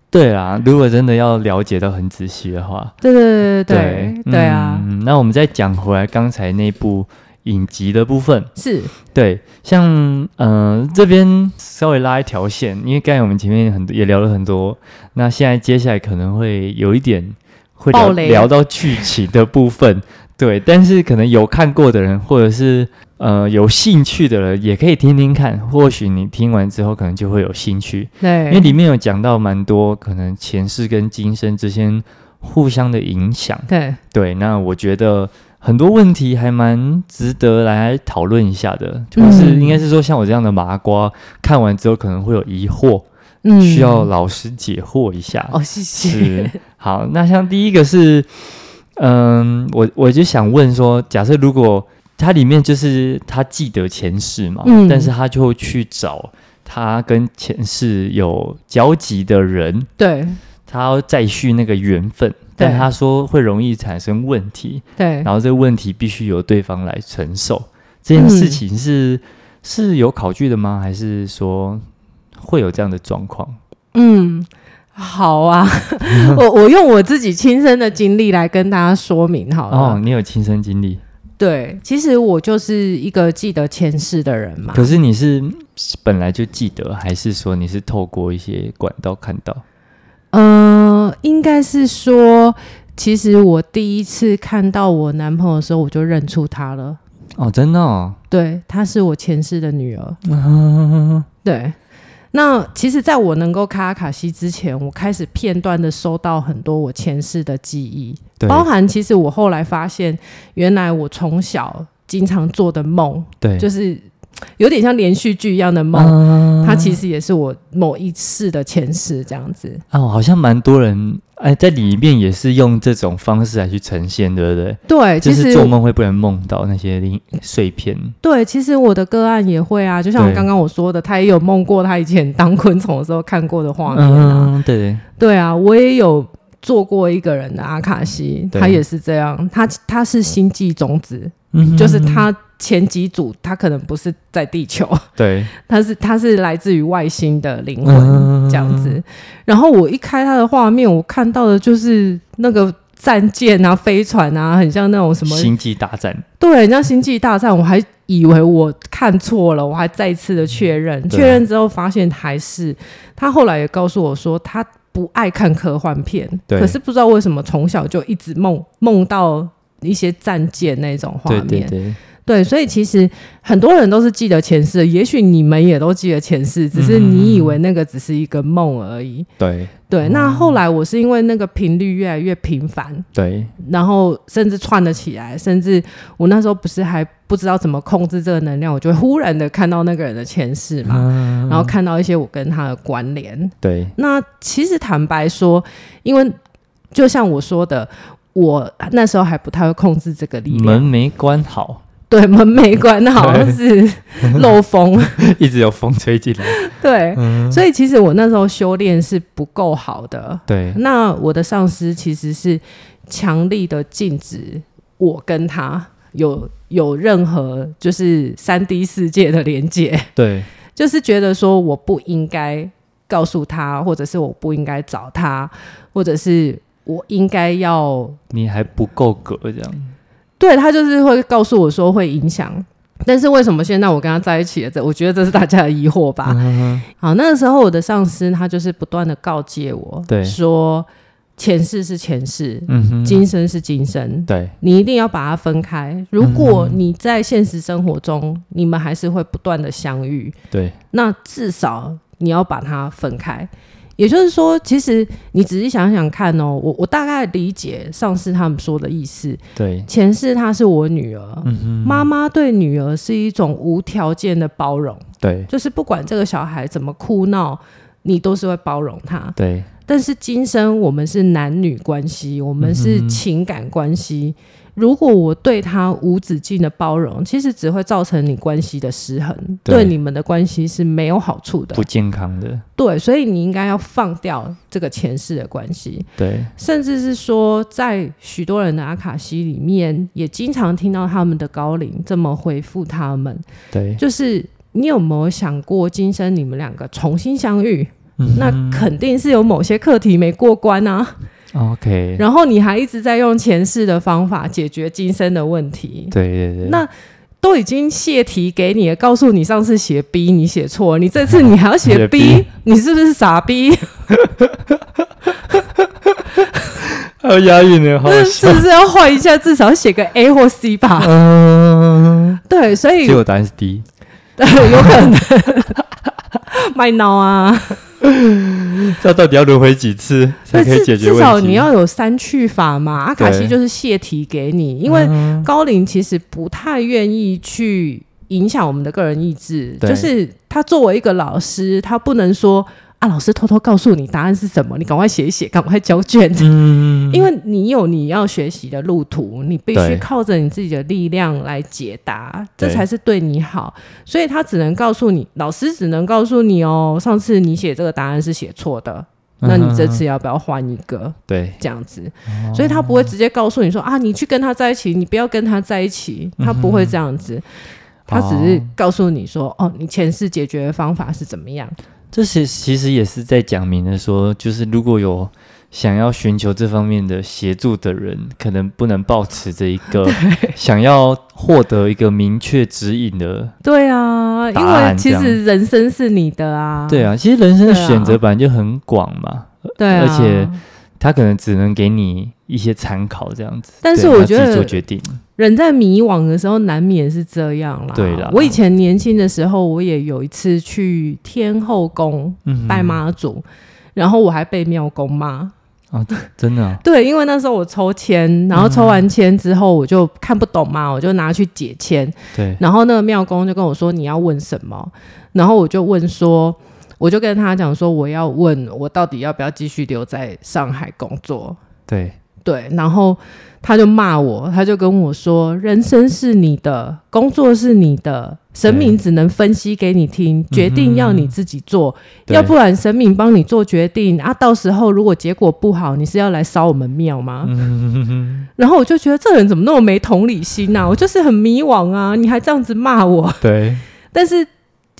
[SPEAKER 1] 对啦。如果真的要了解到很仔细的话，
[SPEAKER 2] 对对对对对对啊，
[SPEAKER 1] 嗯，那我们再讲回来刚才那部影集的部分，
[SPEAKER 2] 是
[SPEAKER 1] 对，像呃这边稍微拉一条线，因为刚才我们前面很多也聊了很多，那现在接下来可能会有一点会聊
[SPEAKER 2] 爆雷
[SPEAKER 1] 聊到剧情的部分，对，但是可能有看过的人或者是呃有兴趣的人也可以听听看，或许你听完之后可能就会有兴趣，因为
[SPEAKER 2] 对
[SPEAKER 1] 里面有讲到蛮多可能前世跟今生之间互相的影响。
[SPEAKER 2] 对
[SPEAKER 1] 对，那我觉得很多问题还蛮值得来讨论一下的，就是
[SPEAKER 2] 嗯
[SPEAKER 1] 应该是说像我这样的麻瓜，看完之后可能会有疑惑，
[SPEAKER 2] 嗯，
[SPEAKER 1] 需要老师解惑一下。
[SPEAKER 2] 哦，谢谢。
[SPEAKER 1] 是，好，那像第一个是，嗯，我我就想问说，假设如果它里面就是他记得前世嘛，
[SPEAKER 2] 嗯
[SPEAKER 1] 但是他就会去找他跟前世有交集的人，
[SPEAKER 2] 对
[SPEAKER 1] 他要再续那个缘分，
[SPEAKER 2] 对
[SPEAKER 1] 但他说会容易产生问题，
[SPEAKER 2] 对，
[SPEAKER 1] 然后这个问题必须由对方来承受。这件
[SPEAKER 2] 嗯
[SPEAKER 1] 事情是、是有考据的吗？还是说会有这样的状况？
[SPEAKER 2] 嗯，好啊， 我我用我自己亲身的经历来跟大家说明好了。
[SPEAKER 1] 哦，你有亲身经历，
[SPEAKER 2] 对，其实我就是一个记得前世的人嘛。
[SPEAKER 1] 可是你是本来就记得，还是说你是透过一些管道看到？
[SPEAKER 2] 嗯、应该是说，其实我第一次看到我男朋友的时候，我就认出他了。
[SPEAKER 1] 哦，真的哦，
[SPEAKER 2] 对，她是我前世的女儿。
[SPEAKER 1] 啊
[SPEAKER 2] 对。那其实，在我能够卡卡西之前，我开始片段的收到很多我前世的记忆，
[SPEAKER 1] 对
[SPEAKER 2] 包含其实我后来发现，原来我从小经常做的梦，
[SPEAKER 1] 对，
[SPEAKER 2] 就是有点像连续剧一样的梦，
[SPEAKER 1] 啊
[SPEAKER 2] 它其实也是我某一世的前世这样子。
[SPEAKER 1] 哦，好像蛮多人哎，在里面也是用这种方式来去呈现，对不对？
[SPEAKER 2] 对，
[SPEAKER 1] 就
[SPEAKER 2] 其
[SPEAKER 1] 是
[SPEAKER 2] 实
[SPEAKER 1] 做梦会不能梦到那些零碎片，
[SPEAKER 2] 对，其实我的个案也会啊，就像我
[SPEAKER 1] 对
[SPEAKER 2] 刚刚我说的，他也有梦过他以前当昆虫的时候看过的画面啊。
[SPEAKER 1] 嗯，对对，
[SPEAKER 2] 对啊，我也有做过一个人的阿卡西，
[SPEAKER 1] 对
[SPEAKER 2] 他也是这样，他他是星际种子，
[SPEAKER 1] 嗯
[SPEAKER 2] 就是他前几组他可能不是在地球，
[SPEAKER 1] 对，
[SPEAKER 2] 他是他是来自于外星的灵
[SPEAKER 1] 嗯
[SPEAKER 2] 魂这样子。然后我一开他的画面，我看到的就是那个。战舰啊，飞船啊，很像那种什么
[SPEAKER 1] 星际大战，
[SPEAKER 2] 对，人家《星际大战》，我还以为我看错了，我还再次的确认，
[SPEAKER 1] 嗯对啊
[SPEAKER 2] 确认之后发现还是他后来也告诉我说他不爱看科幻片，
[SPEAKER 1] 对
[SPEAKER 2] 可是不知道为什么从小就一直梦梦到。一些战舰那种画
[SPEAKER 1] 对
[SPEAKER 2] 面，
[SPEAKER 1] 对对，
[SPEAKER 2] 对所以其实很多人都是记得前世的，也许你们也都记得前世，只是你以
[SPEAKER 1] 嗯
[SPEAKER 2] 为那个只是一个梦而已。
[SPEAKER 1] 对
[SPEAKER 2] 对，
[SPEAKER 1] 哦
[SPEAKER 2] 那后来我是因为那个频率越来越频繁，
[SPEAKER 1] 对，
[SPEAKER 2] 然后甚至串了起来，甚至我那时候不是还不知道怎么控制这个能量，我就会忽然的看到那个人的前世嘛，
[SPEAKER 1] 嗯，
[SPEAKER 2] 然后看到一些我跟他的关联。
[SPEAKER 1] 对
[SPEAKER 2] 那其实坦白说，因为就像我说的，我那时候还不太会控制这个力
[SPEAKER 1] 门
[SPEAKER 2] 量，
[SPEAKER 1] 没关好，
[SPEAKER 2] 对门没关好
[SPEAKER 1] 对
[SPEAKER 2] 是漏风，
[SPEAKER 1] 一直有风吹进来，
[SPEAKER 2] 对，所以其实我那时候修炼是不够好的。
[SPEAKER 1] 对，
[SPEAKER 2] 那我的上司其实是强力的禁止我跟他有有任何就是三 D 世界的连接，
[SPEAKER 1] 对
[SPEAKER 2] 就是觉得说我不应该告诉他，或者是我不应该找他，或者是我应该要
[SPEAKER 1] 你还不够格这样，
[SPEAKER 2] 对他就是会告诉我说会影响。但是为什么现在我跟他在一起了？这我觉得这是大家的疑惑
[SPEAKER 1] 嗯
[SPEAKER 2] 吧。好，那个时候我的上司他就是不断的告诫我，
[SPEAKER 1] 对
[SPEAKER 2] 说前世是前世，
[SPEAKER 1] 嗯哼，
[SPEAKER 2] 今生是今生，
[SPEAKER 1] 对
[SPEAKER 2] 你一定要把它分开。如果你在现实生活中，你们还是会不断的相遇，
[SPEAKER 1] 对
[SPEAKER 2] 那至少你要把它分开。也就是说，其实你仔细想想看哦，我我大概理解上司他们说的意思，
[SPEAKER 1] 对，
[SPEAKER 2] 前世她是我女儿，妈妈对女儿是一种无条件的包容，
[SPEAKER 1] 对
[SPEAKER 2] 就是不管这个小孩怎么哭闹，你都是会包容他。
[SPEAKER 1] 对
[SPEAKER 2] 但是今生我们是男女关系，我们是情感关系。如果我对他无止境的包容，其实只会造成你关系的失衡，
[SPEAKER 1] 对
[SPEAKER 2] 对你们的关系是没有好处的
[SPEAKER 1] 不。健康的，
[SPEAKER 2] 对，所以你应该要放掉这个前世的关系，
[SPEAKER 1] 对
[SPEAKER 2] 甚至是说，在许多人的阿卡西里面，也经常听到他们的高龄这么回复他们，
[SPEAKER 1] 对，
[SPEAKER 2] 就是你有没有想过，今生你们两个重新相遇？那肯定是有某些课题没过关啊，
[SPEAKER 1] OK，
[SPEAKER 2] 然后你还一直在用前世的方法解决今生的问题，
[SPEAKER 1] 对对对，
[SPEAKER 2] 那都已经泄题给你了，告诉你上次写 B 你写错了，你这次你还要写
[SPEAKER 1] 写
[SPEAKER 2] B，你是不是傻逼？
[SPEAKER 1] 还有押韵呢，好好笑
[SPEAKER 2] 是不是要换一下，至少写个 A 或 C 吧？
[SPEAKER 1] 嗯，
[SPEAKER 2] 对，所以
[SPEAKER 1] 结 果答案是 D，
[SPEAKER 2] 对，有可能 卖脑啊，
[SPEAKER 1] 这到底要轮回几次才可以
[SPEAKER 2] 至
[SPEAKER 1] 解决
[SPEAKER 2] 至
[SPEAKER 1] 问题？
[SPEAKER 2] 少你要有删去法嘛。阿卡西
[SPEAKER 1] 对嗯
[SPEAKER 2] 就是泄题给你，因为高龄其实不太愿意去影响我们的个人意志，
[SPEAKER 1] 对
[SPEAKER 2] 就是他作为一个老师，他不能说啊，老师偷偷告诉你答案是什么，你赶快写一写，赶快交卷。
[SPEAKER 1] 嗯，
[SPEAKER 2] 因为你有你要学习的路途，你必须
[SPEAKER 1] 对
[SPEAKER 2] 靠着你自己的力量来解答，这
[SPEAKER 1] 对
[SPEAKER 2] 才是对你好。所以他只能告诉你，老师只能告诉你哦，上次你写这个答案是写错的，
[SPEAKER 1] 嗯
[SPEAKER 2] 那你这次要不要换一个？
[SPEAKER 1] 对
[SPEAKER 2] 这样子，
[SPEAKER 1] 嗯
[SPEAKER 2] 所以他不会直接告诉你说啊，你去跟他在一起，你不要跟他在一起，
[SPEAKER 1] 嗯
[SPEAKER 2] 他不会这样子，他只是告诉你说，哦，你前世解决的方法是怎么样？
[SPEAKER 1] 这些其实也是在讲明了说，就是如果有想要寻求这方面的协助的人，可能不能抱持着一 个想要获得一个明确指引的。
[SPEAKER 2] 对啊，因
[SPEAKER 1] 答
[SPEAKER 2] 为
[SPEAKER 1] 案
[SPEAKER 2] 其
[SPEAKER 1] 这样
[SPEAKER 2] 实人生是你的啊，
[SPEAKER 1] 对，啊，其实人生的
[SPEAKER 2] 对啊
[SPEAKER 1] 选择本来就很广嘛，
[SPEAKER 2] 对啊，
[SPEAKER 1] 而且他可能只能给你一些参考这样子。
[SPEAKER 2] 但是
[SPEAKER 1] 对
[SPEAKER 2] 我
[SPEAKER 1] 要自己
[SPEAKER 2] 觉得
[SPEAKER 1] 做决定，
[SPEAKER 2] 人在迷惘的时候，难免是这样啦。
[SPEAKER 1] 对啦
[SPEAKER 2] 我以前年轻的时候，我也有一次去天后宫
[SPEAKER 1] 嗯
[SPEAKER 2] 拜妈祖，然后我还被庙公骂。
[SPEAKER 1] 真的啊、
[SPEAKER 2] 对，因为那时候我抽签，然后抽完签之后，我就看不懂嘛，我就拿去解签，
[SPEAKER 1] 对，
[SPEAKER 2] 然后那个庙公就跟我说你要问什么，然后我就问说，我就跟他讲说，我要问我到底要不要继续留在上海工作。
[SPEAKER 1] 对，
[SPEAKER 2] 对，然后他就骂我，他就跟我说：“人生是你的，工作是你的，神明只能分析给你听，决定要你自己做，
[SPEAKER 1] 对
[SPEAKER 2] 要 不然神明帮你做决定啊，到时候如果结果不好，你是要来烧我们庙吗？”然后我就觉得这人怎么那么没同理心啊 呐、我就是很迷惘啊，你还这样子骂我，
[SPEAKER 1] 对，
[SPEAKER 2] 但是。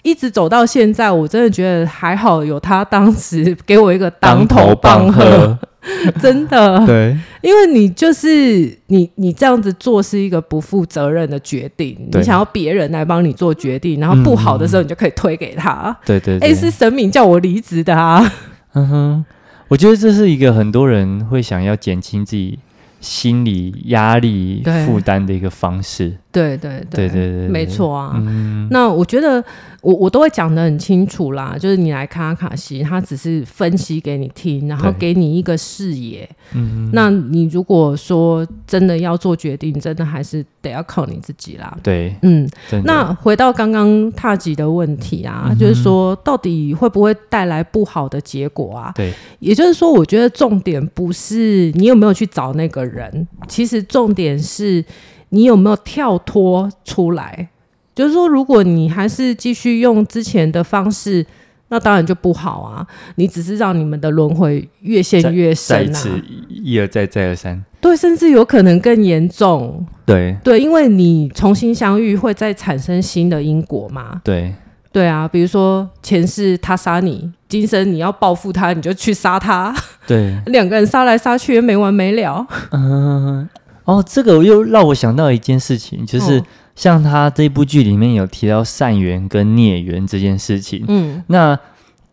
[SPEAKER 2] 一直走到现在，我真的觉得还好，有他当时给我一个当头棒喝，， 真的。
[SPEAKER 1] 对，
[SPEAKER 2] 因为你就是你，你这样子做是一个不负责任的决定，
[SPEAKER 1] 对
[SPEAKER 2] 你想要别人来帮你做决定，然后不好的时候你就可以推给他。
[SPEAKER 1] 对嗯对
[SPEAKER 2] 哎、
[SPEAKER 1] 对，
[SPEAKER 2] 是神明叫我离职的啊！
[SPEAKER 1] 嗯哼，我觉得这是一个很多人会想要减轻自己心理压力
[SPEAKER 2] 对
[SPEAKER 1] 负担的一个方式。
[SPEAKER 2] 对对
[SPEAKER 1] 对对对，对
[SPEAKER 2] 没。错啊。
[SPEAKER 1] 嗯，
[SPEAKER 2] 那我觉得我我都会讲得很清楚啦，就是你来看阿卡西，他只是分析给你听，然后
[SPEAKER 1] 对
[SPEAKER 2] 给你一个视野。
[SPEAKER 1] 嗯
[SPEAKER 2] 那你如果说真的要做决定，真的还是得要靠你自己啦。
[SPEAKER 1] 对，
[SPEAKER 2] 嗯，
[SPEAKER 1] 真的
[SPEAKER 2] 那回到刚刚踏吉的问题啊，
[SPEAKER 1] 嗯哼
[SPEAKER 2] 就是说到底会不会带来不好的结果啊？
[SPEAKER 1] 对
[SPEAKER 2] 也就是说，我觉得重点不是你有没有去找那个人，其实重点是你有没有跳脱出来。就是说，如果你还是继续用之前的方式，那当然就不好啊。你只是让你们的轮回越陷越
[SPEAKER 1] 再一
[SPEAKER 2] 深
[SPEAKER 1] 次
[SPEAKER 2] 啊，
[SPEAKER 1] 一一而再再而三，
[SPEAKER 2] 对，甚至有可能更严重。
[SPEAKER 1] 对
[SPEAKER 2] 对，因为你重新相遇会再产生新的因果嘛。
[SPEAKER 1] 对
[SPEAKER 2] 对啊，比如说前世他杀你，今生你要报复他，你就去杀他，
[SPEAKER 1] 对，
[SPEAKER 2] 两个人杀来杀去也没完没了。
[SPEAKER 1] 嗯、哦，这个又让我想到一件事情，就是
[SPEAKER 2] 哦
[SPEAKER 1] 像他这部剧里面有提到善缘跟孽缘这件事情，
[SPEAKER 2] 嗯，
[SPEAKER 1] 那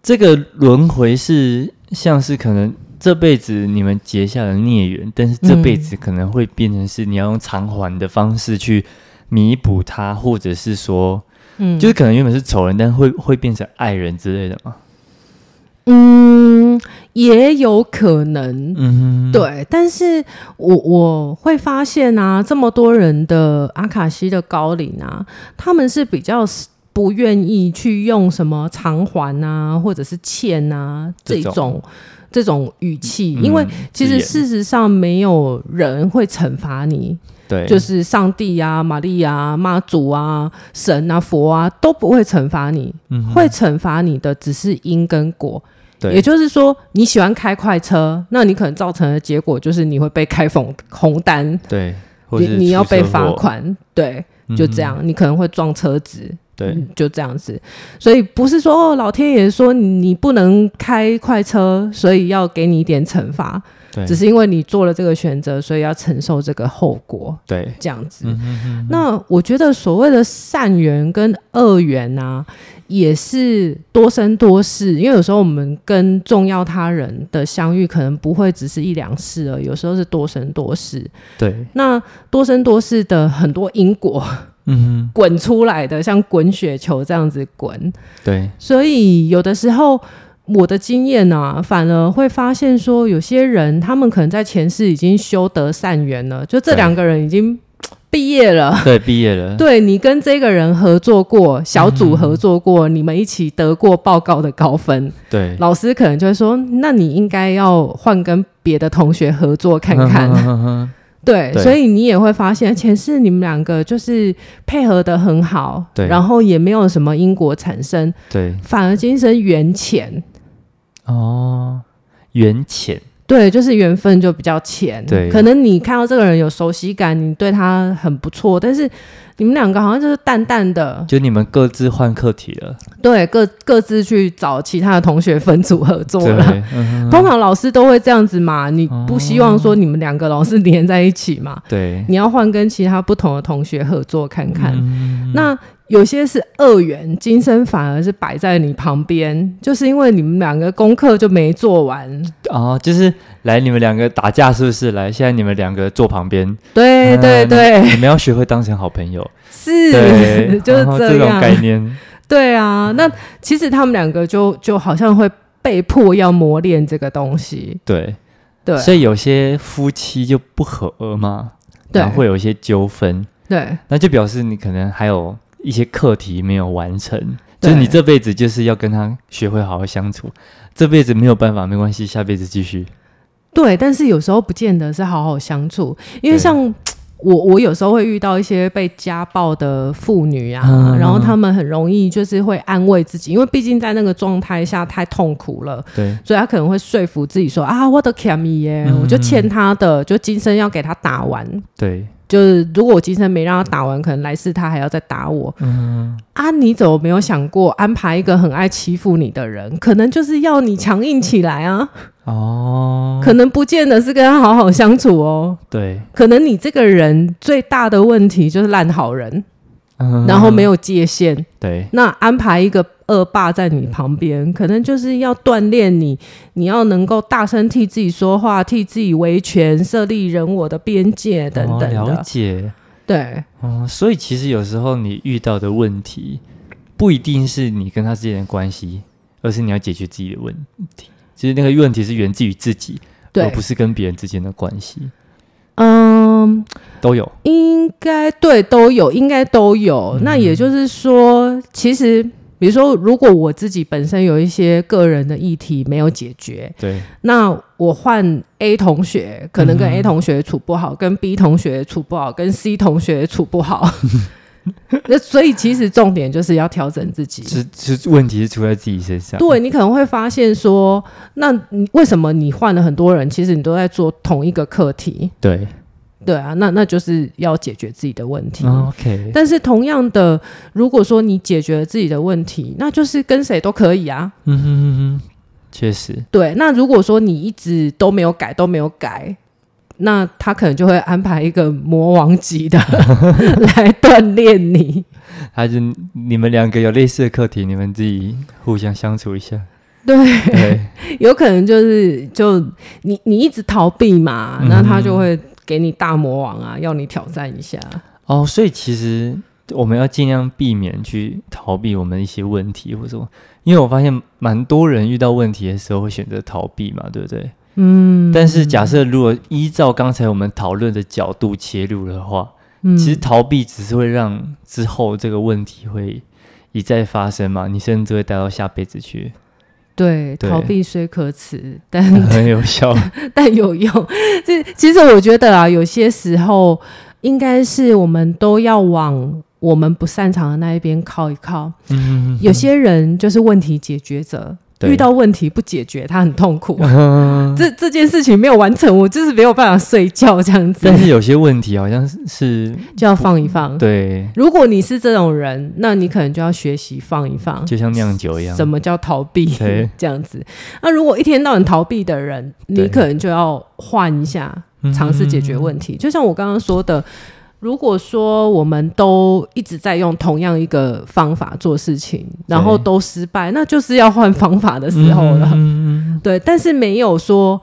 [SPEAKER 1] 这个轮回是像是可能这辈子你们结下了孽缘，但是这辈子可能会变成是你要用偿还的方式去弥补它，或者是说，
[SPEAKER 2] 嗯
[SPEAKER 1] 就是可能原本是仇人，但会会变成爱人之类的嘛。
[SPEAKER 2] 嗯，也有可能。
[SPEAKER 1] 嗯，，
[SPEAKER 2] 对，但是我我会发现啊，这么多人的阿卡西的高龄啊，他们是比较不愿意去用什么偿还啊，或者是欠啊这
[SPEAKER 1] 这种嗯
[SPEAKER 2] 种这种语气，嗯因为其实事实上没有人会惩罚你，
[SPEAKER 1] 对，
[SPEAKER 2] 就是上帝啊、玛利亚啊、妈祖啊、神啊、佛啊都不会惩罚你，
[SPEAKER 1] 嗯哼
[SPEAKER 2] 会惩罚你的只是因跟果。
[SPEAKER 1] 对，
[SPEAKER 2] 也就是说，你喜欢开快车，那你可能造成的结果就是你会被开红红单，
[SPEAKER 1] 对，或
[SPEAKER 2] 你
[SPEAKER 1] 是
[SPEAKER 2] 你要
[SPEAKER 1] 出车
[SPEAKER 2] 被罚
[SPEAKER 1] 祸，
[SPEAKER 2] 款，对，
[SPEAKER 1] 嗯
[SPEAKER 2] 就
[SPEAKER 1] 哼
[SPEAKER 2] 这样，，你可能会撞车子，
[SPEAKER 1] 对
[SPEAKER 2] 嗯，就这样子。所以不是说哦，老天爷说你你不能开快车，所以要给你一点惩罚，
[SPEAKER 1] 对，
[SPEAKER 2] 只是因为你做了这个选择，所以要承受这个后果，
[SPEAKER 1] 对，
[SPEAKER 2] 这样子。
[SPEAKER 1] 嗯哼哼
[SPEAKER 2] 那我觉得所谓的善缘跟恶缘啊，也是多生多世，因为有时候我们跟重要他人的相遇，可能不会只是一两世而已，有时候是多生多世。
[SPEAKER 1] 对，
[SPEAKER 2] 那多生多世的很多因果
[SPEAKER 1] 嗯哼，
[SPEAKER 2] 滚出来的，像滚雪球这样子滚，
[SPEAKER 1] 对，
[SPEAKER 2] 所以有的时候。我的经验啊，反而会发现说，有些人他们可能在前世已经修得善缘了，就这
[SPEAKER 1] 对
[SPEAKER 2] 两个人已经毕业了，
[SPEAKER 1] 对，毕业了，
[SPEAKER 2] 对你跟这个人合作过，小组合作过，你们一起得过报告的高分，
[SPEAKER 1] 对，
[SPEAKER 2] 老师可能就会说，那你应该要换跟别的同学合作看看。
[SPEAKER 1] 嗯哼哼
[SPEAKER 2] 对，
[SPEAKER 1] 对
[SPEAKER 2] 所以你也会发现，前世你们两个就是配合的很好，
[SPEAKER 1] 对
[SPEAKER 2] 然后也没有什么因果产生，
[SPEAKER 1] 对，
[SPEAKER 2] 反而今生缘浅。
[SPEAKER 1] 哦，缘浅，
[SPEAKER 2] 对，就是缘分就比较浅。
[SPEAKER 1] 对
[SPEAKER 2] 可能你看到这个人有熟悉感，你对他很不错，但是你们两个好像就是淡淡的，
[SPEAKER 1] 就你们各自换课题了，
[SPEAKER 2] 对，各各自去找其他的同学分组合作
[SPEAKER 1] 对
[SPEAKER 2] 了。，
[SPEAKER 1] 嗯哼
[SPEAKER 2] 通常老师都会这样子嘛，你不希望
[SPEAKER 1] 哦
[SPEAKER 2] 说你们两个老是 连在一起嘛，
[SPEAKER 1] 对，
[SPEAKER 2] 你要换跟其他不同的同学合作看看。
[SPEAKER 1] 嗯
[SPEAKER 2] 那有些是恶缘，今生反而是摆在你旁边，就是因为你们两个功课就没做完。
[SPEAKER 1] 哦，就是来你们两个打架是不是？来，现在你们两个坐旁边，
[SPEAKER 2] 对
[SPEAKER 1] 嗯
[SPEAKER 2] 对对，
[SPEAKER 1] 你们要学会当成好朋 友，对
[SPEAKER 2] 是，， 就是
[SPEAKER 1] 然后
[SPEAKER 2] 这
[SPEAKER 1] 种
[SPEAKER 2] 样。
[SPEAKER 1] 概念，
[SPEAKER 2] 对啊，那其实他们两个就就好像会被迫要磨练这个东西。
[SPEAKER 1] 对，
[SPEAKER 2] 对
[SPEAKER 1] 所以有些夫妻就不和嘛，
[SPEAKER 2] 对
[SPEAKER 1] 然后会有一些纠纷，
[SPEAKER 2] 对。
[SPEAKER 1] 那就表示你可能还有一些课题没有完成，就是你
[SPEAKER 2] 对
[SPEAKER 1] 这辈子就是要跟他学会好好相处，这辈子没有办法没关系，下辈子继续。
[SPEAKER 2] 对，但是有时候不见得是好好相处，因
[SPEAKER 1] 对
[SPEAKER 2] 为像我，我有时候会遇到一些被家暴的妇女啊，
[SPEAKER 1] 嗯
[SPEAKER 2] 然后她们很容易就是会安慰自己，因为毕竟在那个状态下太痛苦了，
[SPEAKER 1] 对，
[SPEAKER 2] 所以她可能会说服自己说啊，我的 c a m 耶，
[SPEAKER 1] 嗯
[SPEAKER 2] 我就欠她的，就今生要给她打完。
[SPEAKER 1] 对，
[SPEAKER 2] 就是如果我今生没让她打完，可能来世她还要再打我。
[SPEAKER 1] 嗯，
[SPEAKER 2] 啊，你怎么没有想过安排一个很爱欺负你的人，可能就是要你强硬起来啊？
[SPEAKER 1] 哦，
[SPEAKER 2] 可能不见得是跟他好好相处哦，
[SPEAKER 1] 对，
[SPEAKER 2] 可能你这个人最大的问题就是烂好人，
[SPEAKER 1] 嗯
[SPEAKER 2] 然后没有界限。
[SPEAKER 1] 对，
[SPEAKER 2] 那安排一个恶霸在你旁边，可能就是要锻炼你，你要能够大声替自己说话，替自己维权，设立人我的边界等
[SPEAKER 1] 哦
[SPEAKER 2] 等的。
[SPEAKER 1] 了解。
[SPEAKER 2] 对
[SPEAKER 1] 哦，所以其实有时候你遇到的问题，不一定是你跟他之间的关系，而是你要解决自己的问题。其实那个问题是源自于自己，而
[SPEAKER 2] 对
[SPEAKER 1] 不，是跟别人之间的关系，
[SPEAKER 2] 嗯，
[SPEAKER 1] 都有。
[SPEAKER 2] 应该对都有，应该都有。那也就是说，其实比如说，如果我自己本身有一些个人的议题没有解决，
[SPEAKER 1] 对，
[SPEAKER 2] 那我换 A 同学，可能跟
[SPEAKER 1] 嗯
[SPEAKER 2] A 同学处不好，跟 B 同学处不好，跟 C 同学处不好。那所以其实重点就是要调整自己。
[SPEAKER 1] 是是问题是出在自己身上。
[SPEAKER 2] 对你可能会发现说，那你为什么你换了很多人，其实你都在做同一个课题？
[SPEAKER 1] 对
[SPEAKER 2] 对啊，那那就是要解决自己的问题。
[SPEAKER 1] 嗯哦，OK，
[SPEAKER 2] 但是同样的，如果说你解决了自己的问题，那就是跟谁都可以啊。
[SPEAKER 1] 嗯哼哼哼，确实，
[SPEAKER 2] 对，那如果说你一直都没有改，都没有改，那他可能就会安排一个魔王 级的来锻炼你。
[SPEAKER 1] 还是你们两个有类似的课题，你们自己互相相处一下。
[SPEAKER 2] 对，
[SPEAKER 1] 对，
[SPEAKER 2] 有可能就是就你你一直逃避嘛，那他就
[SPEAKER 1] 嗯
[SPEAKER 2] 会给你大魔王啊，要你挑战一下。
[SPEAKER 1] 哦，所以其实我们要尽量避免去逃避我们一些问题或什么，因为我发现蛮多人遇到问题的时候会选择逃避嘛，对不对？
[SPEAKER 2] 嗯，
[SPEAKER 1] 但是假设如果依照刚才我们讨论的角度切入的话，
[SPEAKER 2] 嗯
[SPEAKER 1] 其实逃避只是会让之后这个问题会一再发生嘛，你甚至会带到下辈子去，
[SPEAKER 2] 对
[SPEAKER 1] 对
[SPEAKER 2] 逃避虽可耻，但
[SPEAKER 1] 很有 效。
[SPEAKER 2] 但有用。这其实我觉得啊，有些时候应该是我们都要往我们不擅长的那一边靠一靠。
[SPEAKER 1] 嗯，
[SPEAKER 2] 有些人就是问题解决者，
[SPEAKER 1] 对
[SPEAKER 2] 遇到问题不解决，他很痛 苦。
[SPEAKER 1] 嗯
[SPEAKER 2] 这这件事情没有完成，我就是没有办法睡觉，这样子
[SPEAKER 1] 但是有些问题好像是是
[SPEAKER 2] 就要放一放。
[SPEAKER 1] 对，
[SPEAKER 2] 如果你是这种人，那你可能就要学习放一放，
[SPEAKER 1] 就像酿酒一样，
[SPEAKER 2] 什么叫逃避
[SPEAKER 1] 对
[SPEAKER 2] 这样子。那如果一天到晚逃避的人，你
[SPEAKER 1] 对
[SPEAKER 2] 可能就要换一下，
[SPEAKER 1] 嗯
[SPEAKER 2] 尝试解决问题。就像我刚刚说的，如果说我们都一直在用同样一个方法做事情，然后
[SPEAKER 1] 对
[SPEAKER 2] 都失败，那就是要换方法的时候了。
[SPEAKER 1] 嗯
[SPEAKER 2] 对，但是没有说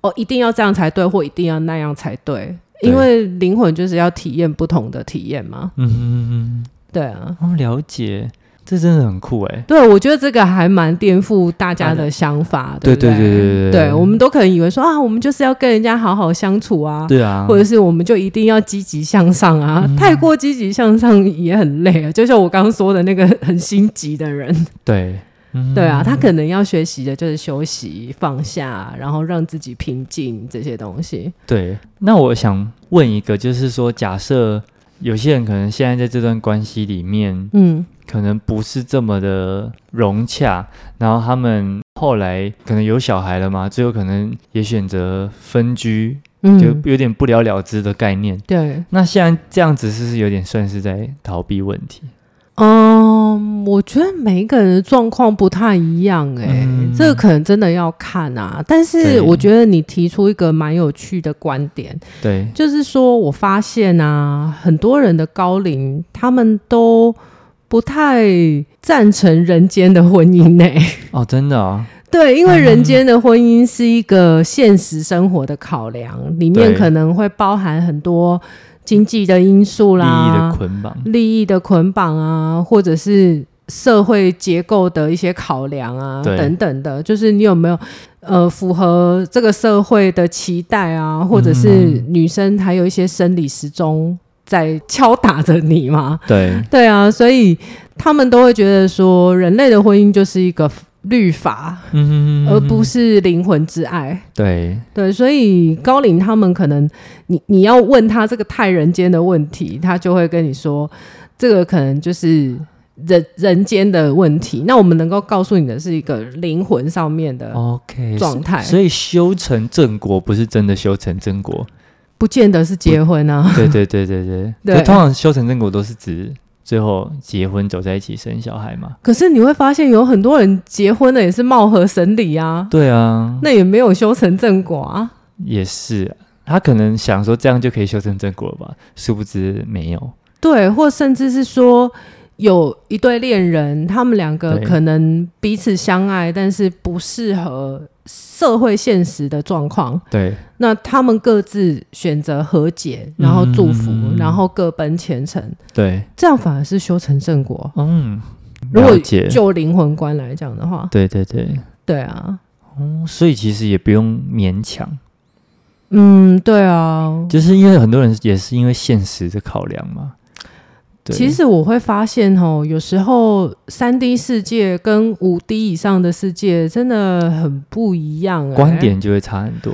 [SPEAKER 2] 哦，一定要这样才对，或一定要那样才对，
[SPEAKER 1] 对
[SPEAKER 2] 因为灵魂就是要体验不同的体验嘛。
[SPEAKER 1] 嗯嗯，
[SPEAKER 2] 对啊。
[SPEAKER 1] 哦，了解，这真的很酷哎。
[SPEAKER 2] 对，我觉得这个还蛮颠覆大家的想法，
[SPEAKER 1] 对
[SPEAKER 2] 不
[SPEAKER 1] 对
[SPEAKER 2] 对
[SPEAKER 1] 对对对
[SPEAKER 2] 对我们都可能以为说啊，我们就是要跟人家好好相处啊，
[SPEAKER 1] 对啊，嗯
[SPEAKER 2] 或者是我们就一定要积极向上啊，太过积极向上也很累啊。就像我刚刚说的那个很心急的人，
[SPEAKER 1] 对，嗯
[SPEAKER 2] 对啊，他可能要学习的就是休息、放下，然后让自己平静这些东西。
[SPEAKER 1] 对。那我想问一个，就是说，假设有些人可能现在在这段关系里面，
[SPEAKER 2] 嗯
[SPEAKER 1] 可能不是这么的融洽，然后他们后来可能有小孩了嘛，最后可能也选择分居，就
[SPEAKER 2] 嗯，
[SPEAKER 1] 有点不了了之的概念。
[SPEAKER 2] 对，
[SPEAKER 1] 那现在这样子是不是有点算是在逃避问题？
[SPEAKER 2] 嗯，我觉得每一个人的状况不太一样、欸，哎、
[SPEAKER 1] 嗯
[SPEAKER 2] 这个可能真的要看啊。但是
[SPEAKER 1] 对
[SPEAKER 2] 我觉得你提出一个蛮有趣的观点，
[SPEAKER 1] 对，
[SPEAKER 2] 就是说我发现啊，很多人的高龄，他们都不太赞成人间的婚姻呢、 欸
[SPEAKER 1] 哦，真的哦，
[SPEAKER 2] 对，因为人间的婚姻是一个现实生活的考量，里面
[SPEAKER 1] 对
[SPEAKER 2] 可能会包含很多经济的因素
[SPEAKER 1] 利
[SPEAKER 2] 啦，
[SPEAKER 1] 益的捆绑，
[SPEAKER 2] 利益的捆绑啊，或者是社会结构的一些考量啊，
[SPEAKER 1] 对
[SPEAKER 2] 等等的，就是你有没有呃符合
[SPEAKER 1] 嗯
[SPEAKER 2] 这个社会的期待啊，或者是女生还有一些生理时钟在敲打着你嘛。
[SPEAKER 1] 对，
[SPEAKER 2] 对啊，所以他们都会觉得说，人类的婚姻就是一个律法，
[SPEAKER 1] 嗯，
[SPEAKER 2] 而不是灵魂之爱。
[SPEAKER 1] 对，
[SPEAKER 2] 对，所以高龄他们可能你你要问他这个太人间的问题，他就会跟你说，这个可能就是人人间的问题。那我们能够告诉你的是一个灵魂上面的
[SPEAKER 1] OK，
[SPEAKER 2] 状态，
[SPEAKER 1] 哦所以修成正果不是真的修成正 果，
[SPEAKER 2] 不见得是结婚啊。
[SPEAKER 1] 对对对对对，
[SPEAKER 2] 对
[SPEAKER 1] 可通常修成正果都是指最后结婚走在一起生小孩嘛，
[SPEAKER 2] 可是你会发现，有很多人结婚了也是貌合神离啊，
[SPEAKER 1] 对啊，
[SPEAKER 2] 那也没有修成正果啊。
[SPEAKER 1] 也是，他可能想说这样就可以修成正果了吧，殊不知没有，
[SPEAKER 2] 对，或甚至是说有一对恋人，他们两个
[SPEAKER 1] 对
[SPEAKER 2] 可能彼此相爱，但是不适合社会现实的状况，
[SPEAKER 1] 对，
[SPEAKER 2] 那他们各自选择和解，然后祝福，
[SPEAKER 1] 嗯
[SPEAKER 2] 然后各奔前程，
[SPEAKER 1] 对，
[SPEAKER 2] 这样反而是修成正果。
[SPEAKER 1] 嗯，
[SPEAKER 2] 如果
[SPEAKER 1] 了解，
[SPEAKER 2] 就灵魂观来讲的话，
[SPEAKER 1] 对对对，
[SPEAKER 2] 对啊，
[SPEAKER 1] 嗯，所以其实也不用勉强，
[SPEAKER 2] 嗯，对啊。
[SPEAKER 1] 就是因为很多人也是因为现实的考量嘛，对
[SPEAKER 2] 其实我会发现哦，有时候三 D 世界跟五 D 以上的世界真的很不一样、欸。
[SPEAKER 1] 观点就会差很多，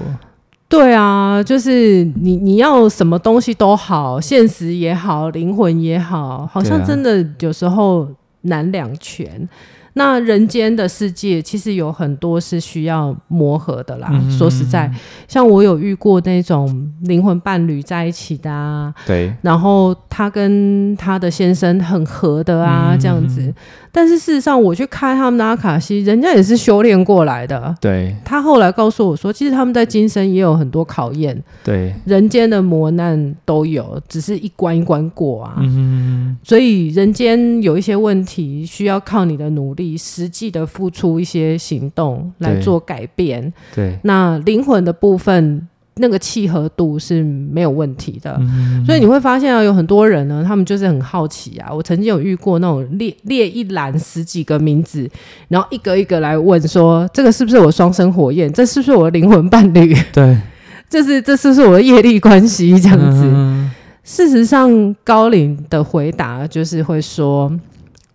[SPEAKER 2] 对啊，就是你你要什么东西都好，现实也好，灵魂也好，好
[SPEAKER 1] 对
[SPEAKER 2] 像
[SPEAKER 1] 啊
[SPEAKER 2] 真的有时候难两全。那人间的世界其实有很多是需要磨合的啦。
[SPEAKER 1] 嗯
[SPEAKER 2] 说实在，像我有遇过那种灵魂伴侣在一起的啊，
[SPEAKER 1] 对，
[SPEAKER 2] 然后她跟她的先生很合的啊，这样
[SPEAKER 1] 嗯
[SPEAKER 2] 子。但是事实上，我去看他们的阿卡西，人家也是修炼过来的。
[SPEAKER 1] 对
[SPEAKER 2] 他后来告诉我说，其实他们在今生也有很多考验，
[SPEAKER 1] 对，
[SPEAKER 2] 人间的磨难都有，只是一关一关过啊。
[SPEAKER 1] 嗯，
[SPEAKER 2] 所以人间有一些问题需要靠你的努力，实际的付出一些行动来
[SPEAKER 1] 对
[SPEAKER 2] 做改变。
[SPEAKER 1] 对，
[SPEAKER 2] 那灵魂的部分，那个契合度是没有问题的。
[SPEAKER 1] 嗯
[SPEAKER 2] 所以你会发现啊，有很多人呢，他们就是很好奇啊。我曾经有遇过那种列列一栏十几个名字，然后一个一个来问说，这个是不是我双生火焰？这是不是我的灵魂伴侣？
[SPEAKER 1] 对，
[SPEAKER 2] 这是这是不是我的业力关系？这
[SPEAKER 1] 这
[SPEAKER 2] 样子。事实上，高龄的回答就是会说，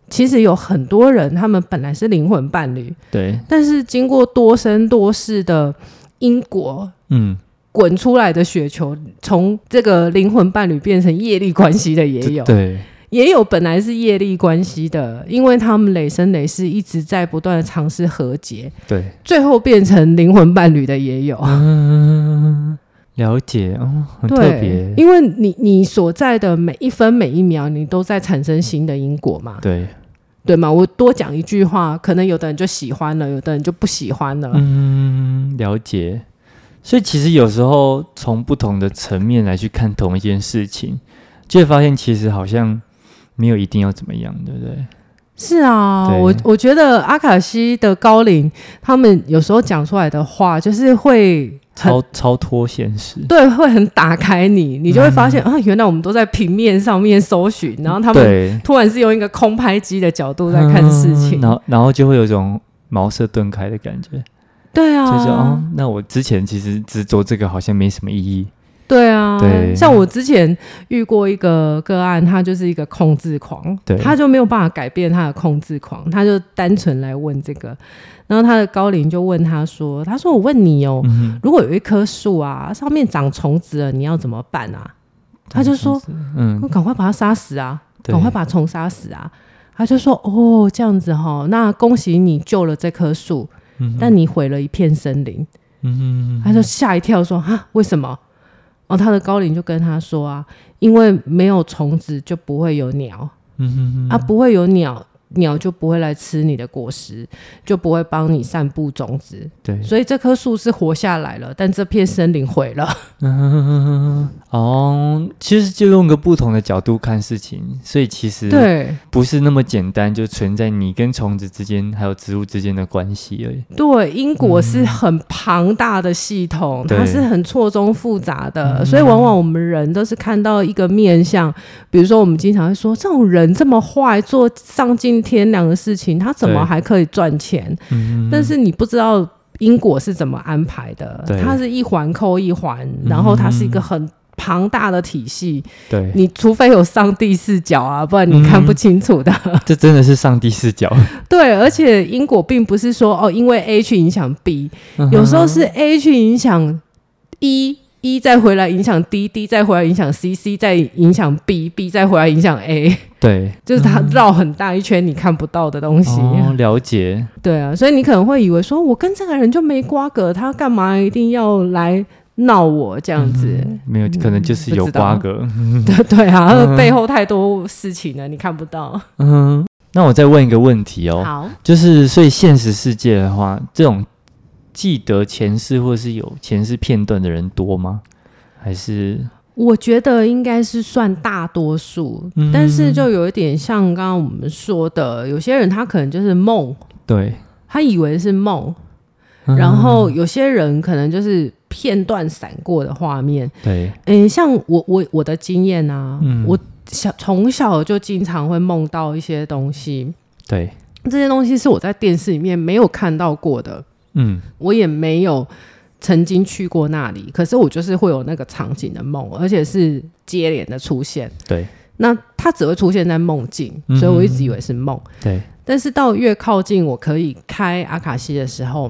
[SPEAKER 2] 其实有很多人他们本来是灵魂伴侣，
[SPEAKER 1] 对，
[SPEAKER 2] 但是经过多生多世的因果。
[SPEAKER 1] 嗯，
[SPEAKER 2] 滚出来的雪球，从这个灵魂伴侣变成业力关系的也
[SPEAKER 1] 这
[SPEAKER 2] 有，
[SPEAKER 1] 对，
[SPEAKER 2] 也有本来是业力关系的，因为他们累生累世一直在不断的尝试和解，
[SPEAKER 1] 对，
[SPEAKER 2] 最后变成灵魂伴侣的也有。
[SPEAKER 1] 嗯，了解，哦，啊很特
[SPEAKER 2] 对，
[SPEAKER 1] 别，
[SPEAKER 2] 因为你你所在的每一分每一秒，你都在产生新的因果嘛，
[SPEAKER 1] 对，
[SPEAKER 2] 对吗？我多讲一句话，可能有的人就喜欢了，有的人就不喜欢了。
[SPEAKER 1] 嗯，了解。所以其实有时候从不同的层面来去看同一件事情，就会发现其实好像没有一定要怎么样，对不对？
[SPEAKER 2] 是啊，
[SPEAKER 1] 对
[SPEAKER 2] 我我觉得阿卡西的高龄，他们有时候讲出来的话，就是会很
[SPEAKER 1] 超超脱现实，
[SPEAKER 2] 对，会很打开你，你就会发现、啊，原来我们都在平面上面搜寻，然后他
[SPEAKER 1] 嗯
[SPEAKER 2] 们
[SPEAKER 1] 对，
[SPEAKER 2] 突然是用一个空拍机的角度在看事情，
[SPEAKER 1] 嗯然后然后就会有一种茅塞顿开的感觉，
[SPEAKER 2] 对啊，
[SPEAKER 1] 就是哦，那我之前其实执着这个好像没什么意义，
[SPEAKER 2] 对啊，
[SPEAKER 1] 对
[SPEAKER 2] 像我之前遇过一个个案，他就是一个控制狂，
[SPEAKER 1] 对
[SPEAKER 2] 他就没有办法改变他的控制狂，他就单纯来问这个，然后他的高龄就问他说，他说我问你哦，
[SPEAKER 1] 嗯
[SPEAKER 2] 如果有一棵树啊，上面长虫子了，你要怎么办啊？他就说，
[SPEAKER 1] 嗯
[SPEAKER 2] 我，赶快把它杀死啊，
[SPEAKER 1] 对
[SPEAKER 2] 赶快把虫杀死啊。他就说：“哦，这样子哈，那恭喜你救了这棵树，
[SPEAKER 1] 嗯
[SPEAKER 2] 但你毁了一片森林。
[SPEAKER 1] 嗯
[SPEAKER 2] 他就吓一跳说：“哈，为什么？”哦，他的高龄就跟他说啊：“因为没有虫子就不会有鸟
[SPEAKER 1] 嗯
[SPEAKER 2] 啊，不会有鸟，鸟就不会来吃你的果实，就不会帮你散布种子。
[SPEAKER 1] 对，
[SPEAKER 2] 所以这棵树是活下来了，但这片森林毁了。
[SPEAKER 1] 嗯，哦，其实就用个不同的角度看事情，所以其实
[SPEAKER 2] 对
[SPEAKER 1] 不是那么简单，就存在你跟虫子之间还有植物之间的关系而已。
[SPEAKER 2] 对，因果是很庞大的系统，
[SPEAKER 1] 对嗯
[SPEAKER 2] 它是很错综复杂的，所以往往我们人都是看到一个面相，比如说我们经常会说，这种人这么坏，做丧尽天良的事情，他怎么
[SPEAKER 1] 对
[SPEAKER 2] 还可以赚钱？
[SPEAKER 1] 嗯，
[SPEAKER 2] 但是你不知道因果是怎么安排的
[SPEAKER 1] 对，
[SPEAKER 2] 它是一环扣一环，
[SPEAKER 1] 嗯
[SPEAKER 2] 然后它是一个很庞大的体系，
[SPEAKER 1] 对，
[SPEAKER 2] 你除非有上帝视角啊，不然
[SPEAKER 1] 嗯
[SPEAKER 2] 你看不清楚 的。
[SPEAKER 1] 这真的是上帝视角。
[SPEAKER 2] 对，而且因果并不是说哦，因为 A 去影响 B，、有
[SPEAKER 1] 嗯
[SPEAKER 2] 时候是 A 去影响一。一再回来影响 D，D 再回来影响 C，C 再影响 B，B 再回来影响 A，
[SPEAKER 1] 对，
[SPEAKER 2] 就是它绕很大一圈你看不到的东西。
[SPEAKER 1] 嗯哦，了解，
[SPEAKER 2] 对啊，所以你可能会以为说，我跟这个人就没瓜葛，他干嘛一定要来闹我这样子？
[SPEAKER 1] 没有，可能就是有
[SPEAKER 2] 嗯不知道
[SPEAKER 1] 瓜葛。
[SPEAKER 2] 对对啊，他背后太多事情了，你看不到。
[SPEAKER 1] 嗯，那我再问一个问题哦，
[SPEAKER 2] 好，
[SPEAKER 1] 就是所以现实世界的话，这种记得前世或是有前世片段的人多吗？还是
[SPEAKER 2] 我觉得应该是算大多数，
[SPEAKER 1] 嗯
[SPEAKER 2] 但是就有一点像刚刚我们说的，有些人他可能就是梦，
[SPEAKER 1] 对？
[SPEAKER 2] 他以为是梦，
[SPEAKER 1] 嗯
[SPEAKER 2] 然后有些人可能就是片段闪过的画面。
[SPEAKER 1] 对，
[SPEAKER 2] 嗯，像我我我的经验啊，
[SPEAKER 1] 嗯
[SPEAKER 2] 我小从小就经常会梦到一些东西，
[SPEAKER 1] 对，
[SPEAKER 2] 这些东西是我在电视里面没有看到过的，
[SPEAKER 1] 嗯，
[SPEAKER 2] 我也没有曾经去过那里，可是我就是会有那个场景的梦，而且是接连的出现。
[SPEAKER 1] 对，
[SPEAKER 2] 那它只会出现在梦境，
[SPEAKER 1] 嗯
[SPEAKER 2] 所以我一直以为是梦。
[SPEAKER 1] 对，
[SPEAKER 2] 但是到越靠近我可以开阿卡西的时候，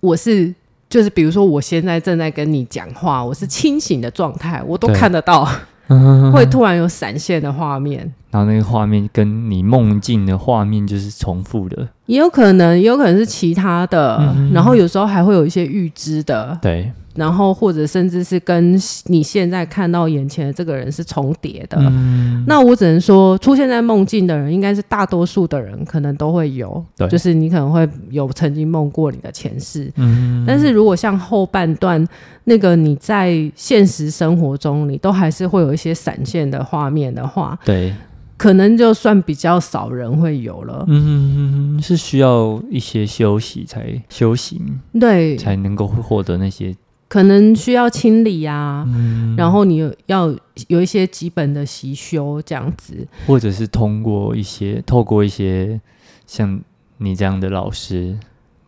[SPEAKER 2] 我是就是比如说我现在正在跟你讲话，我是清醒的状态，我都
[SPEAKER 1] 对
[SPEAKER 2] 看得到，
[SPEAKER 1] 嗯
[SPEAKER 2] 会突然有闪现的画面。
[SPEAKER 1] 然后那个画面跟你梦境的画面就是重复的，
[SPEAKER 2] 也有可能，也有可能是其他的，
[SPEAKER 1] 嗯
[SPEAKER 2] 然后有时候还会有一些预知的，
[SPEAKER 1] 对，
[SPEAKER 2] 然后或者甚至是跟你现在看到眼前的这个人是重叠的。
[SPEAKER 1] 嗯，
[SPEAKER 2] 那我只能说，出现在梦境的人，应该是大多数的人可能都会有
[SPEAKER 1] 对，
[SPEAKER 2] 就是你可能会有曾经梦过你的前世。
[SPEAKER 1] 嗯
[SPEAKER 2] 但是如果像后半段那个你在现实生活中，你都还是会有一些闪现的画面的话，
[SPEAKER 1] 对，
[SPEAKER 2] 可能就算比较少人会有了。
[SPEAKER 1] 嗯，是需要一些休息才修行
[SPEAKER 2] 对，
[SPEAKER 1] 才能够获得那些，
[SPEAKER 2] 可能需要清理啊，
[SPEAKER 1] 嗯
[SPEAKER 2] 然后你有要有一些基本的习修这样子。
[SPEAKER 1] 或者是通过一些透过一些像你这样的老师，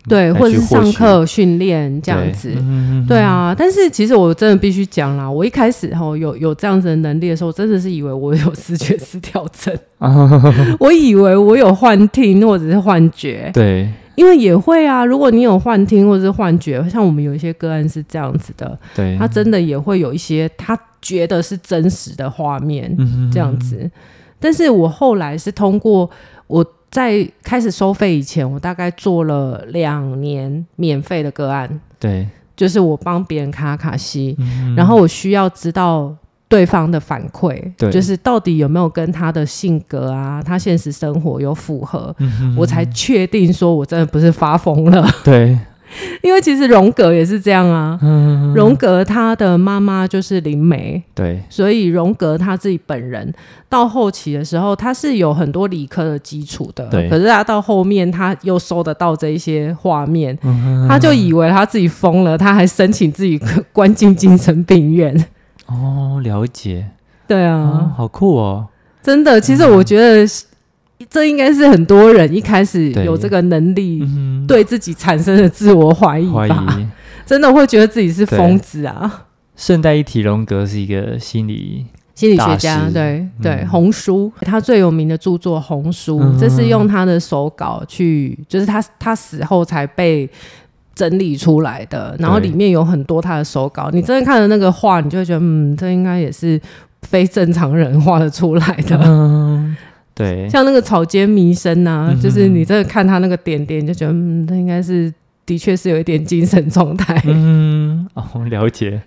[SPEAKER 2] 对，
[SPEAKER 1] 来
[SPEAKER 2] 或者
[SPEAKER 1] 去
[SPEAKER 2] 是
[SPEAKER 1] 获
[SPEAKER 2] 上
[SPEAKER 1] 取
[SPEAKER 2] 课训练这样
[SPEAKER 1] 对
[SPEAKER 2] 子。
[SPEAKER 1] 嗯
[SPEAKER 2] 对啊，但是其实我真的必须讲啦，我一开始吼有有这样子的能力的时候，我真的是以为我有视觉失调症，
[SPEAKER 1] 啊
[SPEAKER 2] 我以为我有幻听或者是幻觉，
[SPEAKER 1] 对，
[SPEAKER 2] 因为也会啊。如果你有幻听或者是幻觉，像我们有一些个案是这样子的，
[SPEAKER 1] 对，
[SPEAKER 2] 他真的也会有一些他觉得是真实的画面
[SPEAKER 1] 嗯
[SPEAKER 2] 这样子。但是我后来是通过我在开始收费以前，我大概做了两年免费的个案，
[SPEAKER 1] 对，
[SPEAKER 2] 就是我帮别人卡卡西，
[SPEAKER 1] 嗯
[SPEAKER 2] 然后我需要知道对方的反馈，
[SPEAKER 1] 对
[SPEAKER 2] 就是到底有没有跟他的性格啊，他现实生活有符合，
[SPEAKER 1] 嗯
[SPEAKER 2] 我才确定说我真的不是发疯了。
[SPEAKER 1] 对，
[SPEAKER 2] 因为其实荣格也是这样啊，
[SPEAKER 1] 嗯
[SPEAKER 2] 荣格他的妈妈就是灵媒，
[SPEAKER 1] 对，
[SPEAKER 2] 所以荣格他自己本人到后期的时候，他是有很多理科的基础的
[SPEAKER 1] 对，
[SPEAKER 2] 可是他到后面他又收得到这一些画面，
[SPEAKER 1] 嗯
[SPEAKER 2] 他就以为他自己疯了，他还申请自己关进精神病 院。
[SPEAKER 1] 哦，了解，
[SPEAKER 2] 对
[SPEAKER 1] 哦，
[SPEAKER 2] 啊，
[SPEAKER 1] 好酷哦，
[SPEAKER 2] 真的，其实我觉得这应该是很多人一开始
[SPEAKER 1] 对
[SPEAKER 2] 有这个能力。
[SPEAKER 1] 嗯，
[SPEAKER 2] 对自己产生的自我怀疑
[SPEAKER 1] 怀
[SPEAKER 2] 吧，
[SPEAKER 1] 疑。
[SPEAKER 2] 真的会觉得自己是疯子啊！
[SPEAKER 1] 顺带一提，荣格是一个心理，
[SPEAKER 2] 心理学家
[SPEAKER 1] 大师
[SPEAKER 2] 对
[SPEAKER 1] 嗯
[SPEAKER 2] 对，红书他最有名的著作《红书》，
[SPEAKER 1] 嗯
[SPEAKER 2] 这是用他的手稿去，就是他他死后才被整理出来的，然后
[SPEAKER 1] 对
[SPEAKER 2] 里面有很多他的手稿，你真的看了那个画，你就会觉得，嗯，这应该也是非正常人画的出来的。
[SPEAKER 1] 嗯，对，
[SPEAKER 2] 像那个草间弥生啊
[SPEAKER 1] 嗯，
[SPEAKER 2] 就是你真的看他那个点点，你就觉得，嗯，他应该是的确是有一点精神状态。
[SPEAKER 1] 嗯，哦，了解，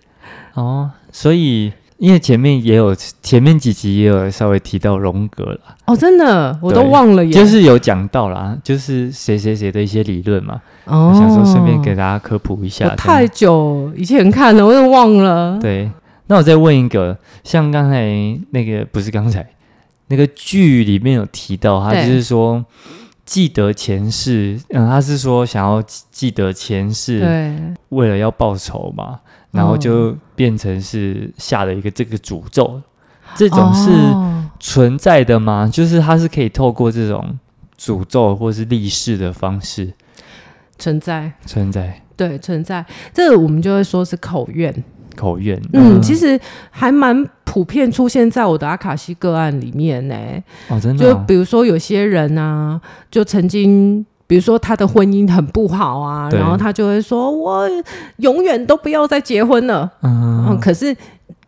[SPEAKER 1] 哦，所以因为前面也有前面几集也有稍微提到荣格啦，
[SPEAKER 2] 哦，真的，我都
[SPEAKER 1] 对
[SPEAKER 2] 忘了耶，
[SPEAKER 1] 就是有讲到啦，就是谁谁谁的一些理论嘛，
[SPEAKER 2] 哦
[SPEAKER 1] 我想说顺便给大家科普一下。
[SPEAKER 2] 我
[SPEAKER 1] 这样
[SPEAKER 2] 太久以前看了，我都忘了。
[SPEAKER 1] 对，那我再问一个，像刚才那个不是刚才那个剧里面有提到，他
[SPEAKER 2] 对
[SPEAKER 1] 就是说记得前世，嗯，他是说想要记记得前世，
[SPEAKER 2] 对
[SPEAKER 1] 为了要报仇嘛，然后就
[SPEAKER 2] 哦
[SPEAKER 1] 变成是下了一个这个诅咒，这
[SPEAKER 2] 这
[SPEAKER 1] 种是
[SPEAKER 2] 哦
[SPEAKER 1] 哦存在的吗？就是它是可以透过这种诅咒或是立誓的方式
[SPEAKER 2] 存在，
[SPEAKER 1] 存在
[SPEAKER 2] 对存在，这个我们就会说是口愿。
[SPEAKER 1] 口愿。
[SPEAKER 2] 嗯，其实还蛮普遍出现在我的阿卡西个案里面呢、
[SPEAKER 1] 哦，真的
[SPEAKER 2] 就
[SPEAKER 1] 哦、
[SPEAKER 2] 比如说有些人啊，就曾经。比如说他的婚姻很不好啊，
[SPEAKER 1] 对
[SPEAKER 2] 然后他就会说：“我永远都不要再结婚了。嗯”
[SPEAKER 1] 嗯，
[SPEAKER 2] 可是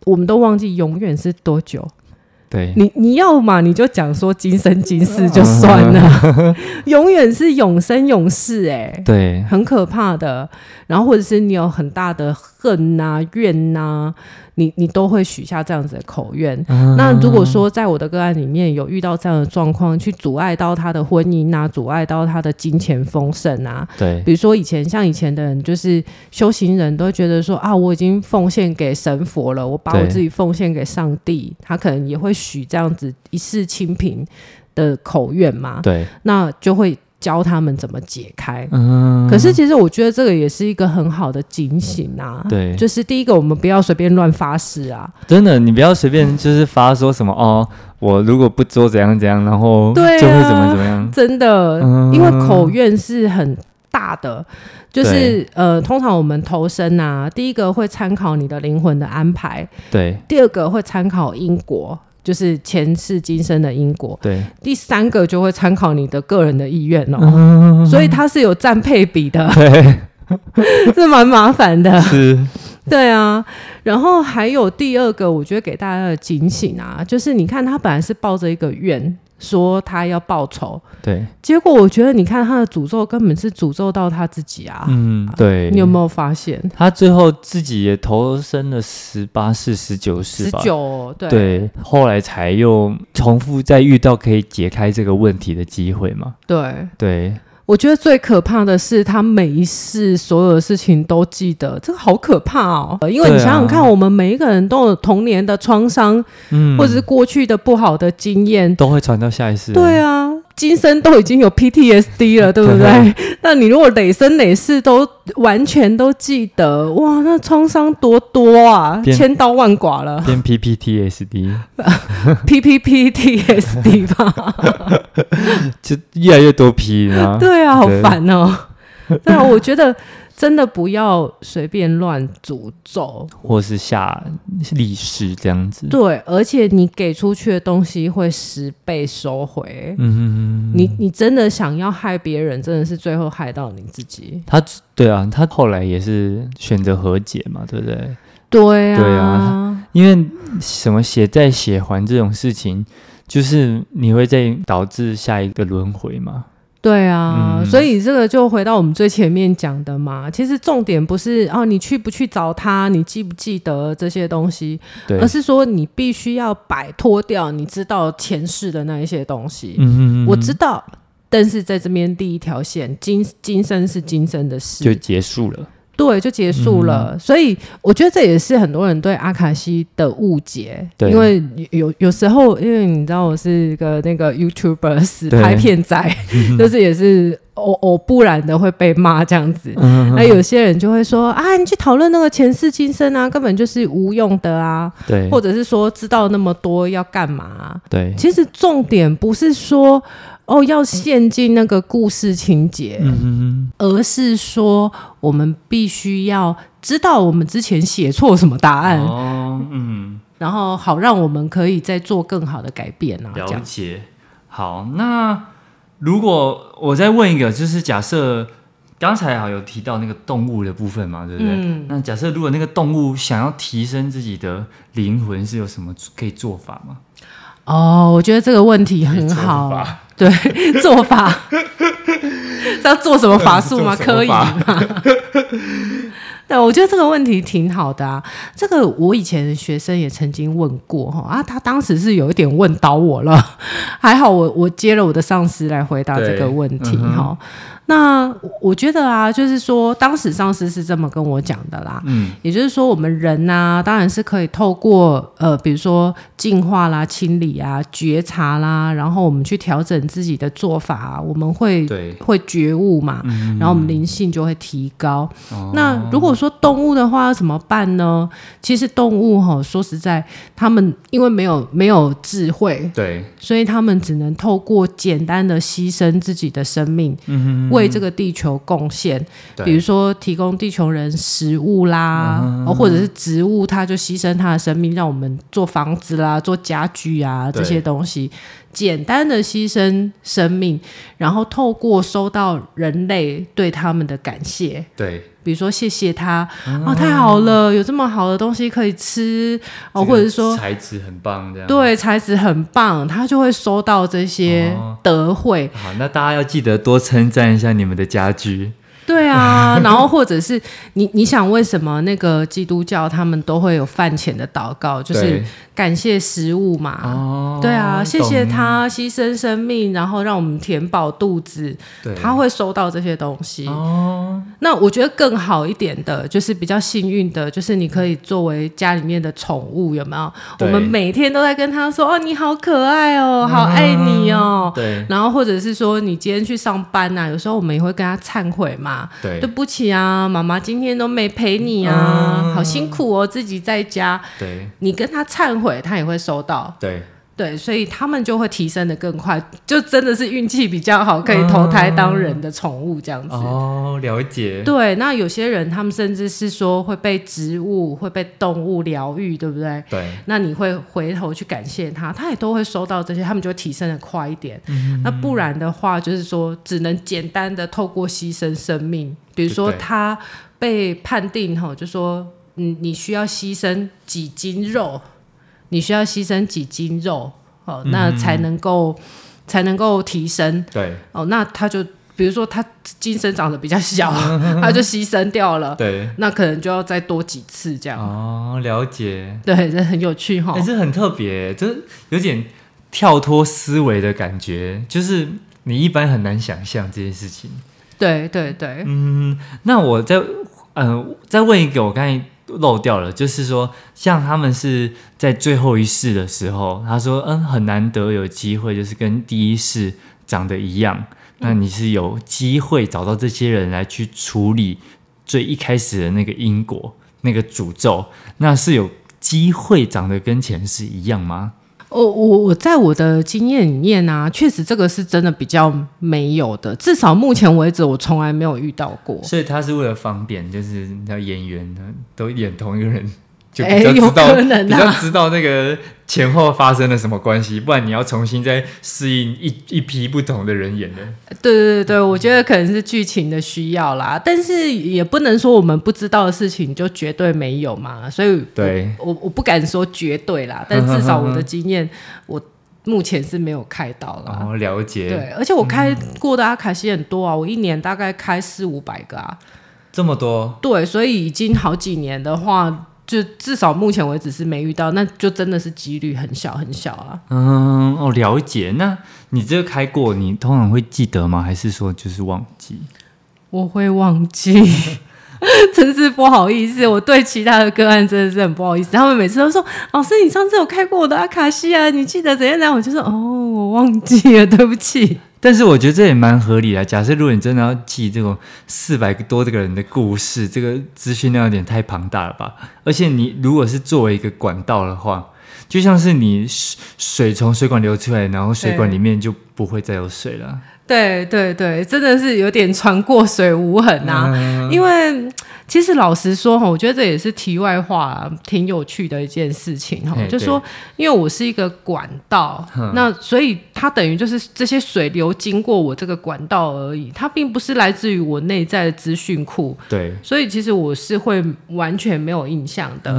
[SPEAKER 2] 我们都忘记永远是多久。
[SPEAKER 1] 对，
[SPEAKER 2] 你你要嘛你就讲说今生今世就算了，永远是永生永世哎、
[SPEAKER 1] 对，
[SPEAKER 2] 很可怕的。然后或者是你有很大的恨呐、怨呐、你你都会许下这样子的口愿。
[SPEAKER 1] 嗯
[SPEAKER 2] 那如果说在我的个案里面有遇到这样的状况，去阻碍到他的婚姻啊，阻碍到他的金钱丰盛啊，
[SPEAKER 1] 对，
[SPEAKER 2] 比如说以前像以前的人，就是修行人都会觉得说啊，我已经奉献给神佛了，我把
[SPEAKER 1] 对
[SPEAKER 2] 我自己奉献给上帝，他可能也会许这样子一世清贫的口愿嘛，
[SPEAKER 1] 对，
[SPEAKER 2] 那就会教他们怎么解开。
[SPEAKER 1] 嗯，
[SPEAKER 2] 可是其实我觉得这个也是一个很好的警醒啊，
[SPEAKER 1] 对
[SPEAKER 2] 就是第一个我们不要随便乱发誓啊，
[SPEAKER 1] 真的，你不要随便就是发说什么哦，我如果不做怎样怎样，然后就
[SPEAKER 2] 对啊
[SPEAKER 1] 会怎么怎么样。
[SPEAKER 2] 真的，
[SPEAKER 1] 嗯
[SPEAKER 2] 因为口愿是很大的，就是呃，通常我们投生啊，第一个会参考你的灵魂的安排，
[SPEAKER 1] 对
[SPEAKER 2] 第二个会参考因果，就是前世今生的因果，
[SPEAKER 1] 对，
[SPEAKER 2] 第三个就会参考你的个人的意愿哦，所以它是有占配比 的， 这蛮麻烦的。
[SPEAKER 1] 是，
[SPEAKER 2] 对啊，然后还有第二个，我觉得给大家的警醒啊，就是你看他本来是抱着一个愿，说他要报仇，
[SPEAKER 1] 对，
[SPEAKER 2] 结果我觉得你看他的诅咒根本是诅咒到他自己啊，
[SPEAKER 1] 嗯，对。
[SPEAKER 2] 你有没有发现？
[SPEAKER 1] 他最后自己也投身了十八世、十九世
[SPEAKER 2] 十
[SPEAKER 1] 吧？
[SPEAKER 2] 九、哦，对
[SPEAKER 1] 对，后来才又重复再遇到可以解开这个问题的机会嘛？
[SPEAKER 2] 对
[SPEAKER 1] 对，
[SPEAKER 2] 我觉得最可怕的是他每一世所有的事情都记得，这个好可怕哦！呃因为你
[SPEAKER 1] 对啊
[SPEAKER 2] 想想看，我们每一个人都有童年的创伤，
[SPEAKER 1] 嗯，
[SPEAKER 2] 或者是过去的不好的经验，
[SPEAKER 1] 都会传到下一世。
[SPEAKER 2] 对
[SPEAKER 1] 啊，
[SPEAKER 2] 啊，今生都已经有 PTSD 了，对不对
[SPEAKER 1] 对？
[SPEAKER 2] 那你如果累生累世都完全都记得，哇，那创伤多多啊，
[SPEAKER 1] 变
[SPEAKER 2] 千刀万 剐了
[SPEAKER 1] 变 PPTSD，
[SPEAKER 2] ，PPPTSD 吧？
[SPEAKER 1] 就越来越多 P 啊。
[SPEAKER 2] 对啊，好
[SPEAKER 1] 对
[SPEAKER 2] 烦哦。对啊，我觉得真的不要随便乱诅咒。
[SPEAKER 1] 或是下历史这样子。
[SPEAKER 2] 对，而且你给出去的东西会十倍收回。
[SPEAKER 1] 嗯，
[SPEAKER 2] 你你真的想要害别人，真的是最后害到你自己。
[SPEAKER 1] 他对啊，他后来也是选择和解嘛，对不对？
[SPEAKER 2] 对
[SPEAKER 1] 对啊因为什么血债血还这种事情，就是你会再导致下一个轮回嘛。
[SPEAKER 2] 对啊，
[SPEAKER 1] 嗯
[SPEAKER 2] 所以这个就回到我们最前面讲的嘛。其实重点不是哦，你去不去找他，你记不记得这些东西，
[SPEAKER 1] 对，
[SPEAKER 2] 而是说你必须要摆脱掉你知道前世的那一些东西。
[SPEAKER 1] 嗯嗯嗯
[SPEAKER 2] 我知道，但是在这边第一条线，今今生是今生的
[SPEAKER 1] 就
[SPEAKER 2] 事，
[SPEAKER 1] 结束了。
[SPEAKER 2] 对，就结
[SPEAKER 1] 嗯
[SPEAKER 2] 束了。所以我觉得这也是很多人对阿卡西的误解，
[SPEAKER 1] 对
[SPEAKER 2] 因为有有时候，因为你知道我是一个那个 YouTuber 死
[SPEAKER 1] 对嗯
[SPEAKER 2] 拍片仔，就是也是偶偶不然的会被骂这样子。
[SPEAKER 1] 嗯，
[SPEAKER 2] 那有些人就会说啊，你去讨论那个前世今生啊，根本就是无用的啊，
[SPEAKER 1] 对，
[SPEAKER 2] 或者是说知道那么多要干嘛啊、
[SPEAKER 1] 对，
[SPEAKER 2] 其实重点不是说哦要陷进那个故事情节，
[SPEAKER 1] 嗯嗯
[SPEAKER 2] 而是说我们必须要知道我们之前写错什么答案，
[SPEAKER 1] 嗯，哦，嗯，
[SPEAKER 2] 然后好让我们可以再做更好的改变啊。这
[SPEAKER 1] 了
[SPEAKER 2] 样
[SPEAKER 1] 解。好，那如果我再问一个，就是假设刚才好像有提到那个动物的部分嘛，对不对？
[SPEAKER 2] 嗯
[SPEAKER 1] 那假设如果那个动物想要提升自己的灵魂，是有什么可以做法吗？
[SPEAKER 2] 哦，我觉得这个问题很
[SPEAKER 1] 做
[SPEAKER 2] 好
[SPEAKER 1] 法，
[SPEAKER 2] 对做法， 是要做什么法术吗？
[SPEAKER 1] 做什么
[SPEAKER 2] 可以吗？ 对，我觉得这个问题挺好的啊。这个我以前的学生也曾经问过哈啊，他当时是有一点问倒我了， 还好我我接了我的上司来回答这个问题
[SPEAKER 1] 对嗯哼
[SPEAKER 2] 哈、那我我觉得啊，就是说当时上司是这么跟我讲的啦，
[SPEAKER 1] 嗯，
[SPEAKER 2] 也就是说，我们人呐、当然是可以透过呃，比如说进化啦、清理啊、觉察啦，然后我们去调整自己的做法、啊，我们会
[SPEAKER 1] 对，
[SPEAKER 2] 会觉悟嘛，然后我们灵性就会提高。那如果说动物的话要怎么办呢？其实动物哈，说实在，他们因为没有没有智慧，
[SPEAKER 1] 对，
[SPEAKER 2] 所以他们只能透过简单的牺牲自己的生命，
[SPEAKER 1] 嗯
[SPEAKER 2] 为这个地球贡献。
[SPEAKER 1] 对嗯
[SPEAKER 2] 比如说提供地球人食物啦，哦或者是植物，它就牺牲它的生命，让我们做房子啦、做家具啊
[SPEAKER 1] 对
[SPEAKER 2] 这些东西。简单的牺牲生命，然后透过收到人类对他们的感谢，
[SPEAKER 1] 对，
[SPEAKER 2] 比如说谢谢他，
[SPEAKER 1] 嗯
[SPEAKER 2] 哦，太好了，有这么好的东西可以吃，哦，
[SPEAKER 1] 这个
[SPEAKER 2] 或者说
[SPEAKER 1] 材质很棒这样。
[SPEAKER 2] 对，才子很棒，他就会收到这些
[SPEAKER 1] 哦
[SPEAKER 2] 德惠。
[SPEAKER 1] 好，那大家要记得多称赞一下你们的家居。
[SPEAKER 2] 对啊，然后或者是你你想为什么那个基督教他们都会有饭前的祷告，就是
[SPEAKER 1] 对
[SPEAKER 2] 感谢食物嘛。
[SPEAKER 1] 哦
[SPEAKER 2] 对啊，谢谢。他牺牲生命，然后让我们填饱肚子，
[SPEAKER 1] 对，
[SPEAKER 2] 他会收到这些东西。
[SPEAKER 1] 哦，
[SPEAKER 2] 那我觉得更好一点的，就是比较幸运的，就是你可以作为家里面的宠物，有没有？我
[SPEAKER 1] 对
[SPEAKER 2] 们每天都在跟他说：“哦，你好可爱哦，好
[SPEAKER 1] 嗯
[SPEAKER 2] 爱你哦。
[SPEAKER 1] 对
[SPEAKER 2] 然后或者是说，你今天去上班啊呐、有时候我们也会跟他忏悔嘛。
[SPEAKER 1] 对
[SPEAKER 2] 对不起啊，妈妈今天都没陪你啊，好辛苦哦，自己在家。
[SPEAKER 1] 对
[SPEAKER 2] 你跟他忏悔，他也会收到，
[SPEAKER 1] 对，
[SPEAKER 2] 对，所以他们就会提升的更快，就真的是运气比较好，可以投胎当人的宠物这样子。
[SPEAKER 1] 哦，了解。
[SPEAKER 2] 对，那有些人他们甚至是说会被植物、会被动物疗愈，对不对？
[SPEAKER 1] 对
[SPEAKER 2] 那你会回头去感谢他，他也都会收到这些，他们就会提升的快一点。
[SPEAKER 1] 嗯
[SPEAKER 2] 那不然的话，就是说只能简单的透过牺牲生命，比如说
[SPEAKER 1] 对
[SPEAKER 2] 他被判定吼，就说嗯，你需要牺牲几斤肉，你需要牺牲几斤肉哦，
[SPEAKER 1] 嗯
[SPEAKER 2] 那才能够、才能够提升。
[SPEAKER 1] 对
[SPEAKER 2] 哦，那他就比如说他精神长得比 较小，他就牺牲掉了，
[SPEAKER 1] 对，
[SPEAKER 2] 那可能就要再多几次这样。
[SPEAKER 1] 哦，了解。
[SPEAKER 2] 对，这很有趣哈
[SPEAKER 1] 哎、。这很特别，这有点跳脱思维的感觉，就是你一般很难想象这件事情。
[SPEAKER 2] 对对对，
[SPEAKER 1] 嗯，那我再呃再问一个，我刚才漏掉了，就是说，像他们是在最后一世的时候，他说，嗯，很难得有机会，就是跟第一世长得一样，那你是有机会找到这些人来去处理最一开始的那个因果、那个诅咒，那是有机会长得跟前世一样吗？
[SPEAKER 2] 我哦我我在我的经验里面啊，确实这个是真的比较没有的，至少目前为止我从来没有遇到过。
[SPEAKER 1] 所以他是为了方便，就是你知道演员呢都演同一个人，就
[SPEAKER 2] 哎
[SPEAKER 1] 比较知道、
[SPEAKER 2] 有可能啊
[SPEAKER 1] 比较知道那个前后发生了什么关系，不然你要重新再适应一一批不同的人演的。
[SPEAKER 2] 对对对对，我觉得可能是剧情的需要啦，但是也不能说我们不知道的事情就绝对没有嘛，所以
[SPEAKER 1] 对
[SPEAKER 2] 我我不敢说绝对啦，但至少我的经验，我目前是没有开到
[SPEAKER 1] 然
[SPEAKER 2] 啦。
[SPEAKER 1] 后哦了解
[SPEAKER 2] 对，而且我开过的阿卡西很多啊，我一年大概开四五百个啊。
[SPEAKER 1] 这么多，
[SPEAKER 2] 对，所以已经好几年的话，就至少目前为止是没遇到，那就真的是几率很小很小啊。
[SPEAKER 1] 嗯，哦，了解。那你这个开过，你通常会记得吗？还是说就是忘记？
[SPEAKER 2] 我会忘记， 真是不好意思。我对其他的个案真的是很不好意思。他们每次都说：“老师，你上次有开过我的阿卡西啊，你记得怎样怎样？”我就说：“哦，我忘记了，对不起。
[SPEAKER 1] 但是我觉得这也蛮合理的。啊假设如果你真的要记这种四百多这个人的故事，这个资讯量有点太庞大了吧？而且你如果是作为一个管道的话，就像是你水水从水管流出来，然后水管里面就不会再有水了。”
[SPEAKER 2] 对对对，真的是有点船过水无痕啊。因为其实老实说哈，我觉得这也是题外话、挺有趣的一件事情哈
[SPEAKER 1] 嘿。
[SPEAKER 2] 就说，因为我是一个管道，那所以它等于就是这些水流经过我这个管道而已，它并不是来自于我内在的资讯库。
[SPEAKER 1] 对，
[SPEAKER 2] 所以其实我是会完全没有印象的。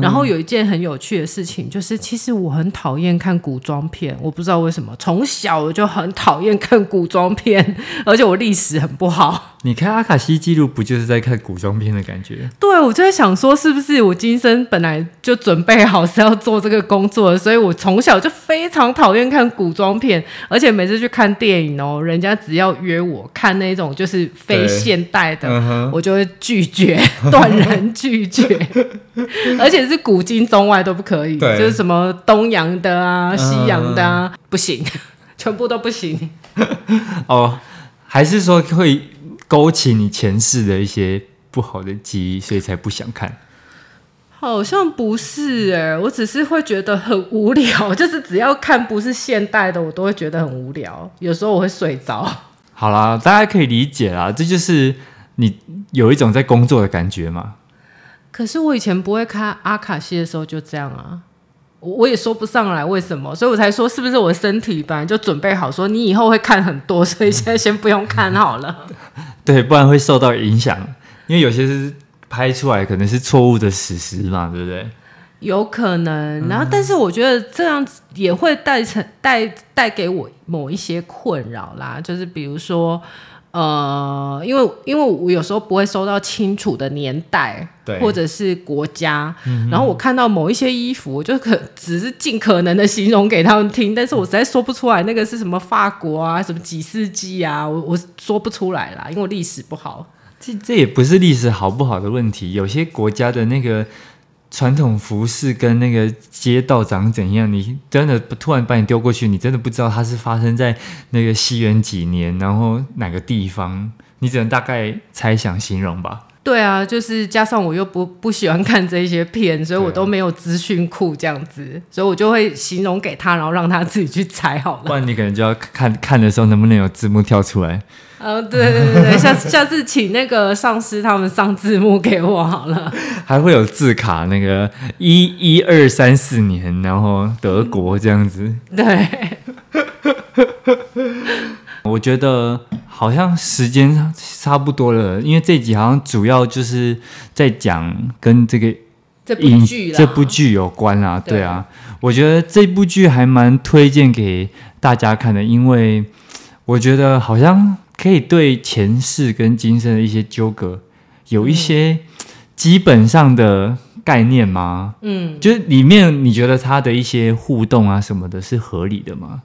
[SPEAKER 2] 然后有一件很有趣的事情，就是其实我很讨厌看古装片，我不知道为什么，从小我就很讨厌看古装片，而且我历史很不 好。
[SPEAKER 1] 你看阿卡西记录，不就是在看古装片的感觉？
[SPEAKER 2] 对，我就在想说，是不是我今生本来就准备好是要做这个工作的，所以我从小就非常讨厌看古装片，而且每次去看电影哦，人家只要约我看那种就是非
[SPEAKER 1] 对
[SPEAKER 2] 现代的，
[SPEAKER 1] 嗯哼，
[SPEAKER 2] 我就会 拒绝，断然拒绝，而且是古今中外都不可以，
[SPEAKER 1] 对
[SPEAKER 2] 就是什么东洋的啊、
[SPEAKER 1] 嗯
[SPEAKER 2] 西洋的啊，不行， 全部都不行。
[SPEAKER 1] 哦，还是说会勾起你前世的一些不好的记忆，所以才不想看。
[SPEAKER 2] 好像不是哎、我只是会觉得很无聊，就是只要看不是现代的，我都会觉得很无聊。有时候我会睡着，
[SPEAKER 1] 好啦，大家可以理解啦，这就是你有一种在工作的感觉嘛。
[SPEAKER 2] 可是我以前不会看阿卡西的时候就这样啊，我我也说不上来为什么，所以我才说是不是我的身体本来就准备好，说你以后会看很多，所以现在先不用看好了。
[SPEAKER 1] 对，不然会受到影响，因为有些是拍出来可能是错误的史实嘛，对不对？
[SPEAKER 2] 有可能，然后但是我觉得这样子也会带成带带给我某一些困扰啦，就是比如说，呃，因为因为我有时候不会收到清楚的年代，
[SPEAKER 1] 对
[SPEAKER 2] 或者是国家，然后我看到某一些衣服，我就可只是尽可能的形容给他们听，但是我实在说不出来那个是什么法国啊，什么几世纪啊，我我说不出来啦，因为我历史不好。
[SPEAKER 1] 这这也不是历史好不好的问题，有些国家的那个传统服饰跟那个街道长怎样，你真的突然把你丢过去，你真的不知道它是发生在那个西元几年，然后哪个地方，你只能大概猜想形容吧。
[SPEAKER 2] 对啊，就是加上我又不不喜欢看这些片，所以我都没有资讯库这样子，所以我就会形容给他，然后让他自己去猜好
[SPEAKER 1] 不
[SPEAKER 2] 了。
[SPEAKER 1] 然你可能就要看 看的时候能不能有字幕跳出来。
[SPEAKER 2] 呃， 对对对对，下次下次请那个上司他们上字幕给我好 了。
[SPEAKER 1] 还会有字卡，那个一一二三四年，然后德国这样子。
[SPEAKER 2] 对，
[SPEAKER 1] 我觉得好像时间差不多了，因为这集好像主要就是在讲跟这个
[SPEAKER 2] 这部
[SPEAKER 1] 影
[SPEAKER 2] 剧啦，
[SPEAKER 1] 这部剧有关啦。
[SPEAKER 2] 对
[SPEAKER 1] 对啊，我觉得这部剧还蛮推荐给大家看的，因为我觉得好像可以对前世跟今生的一些纠葛有一些基本上的概念吗？
[SPEAKER 2] 嗯，
[SPEAKER 1] 就是里面你觉得他的一些互动啊什么的是合理的吗？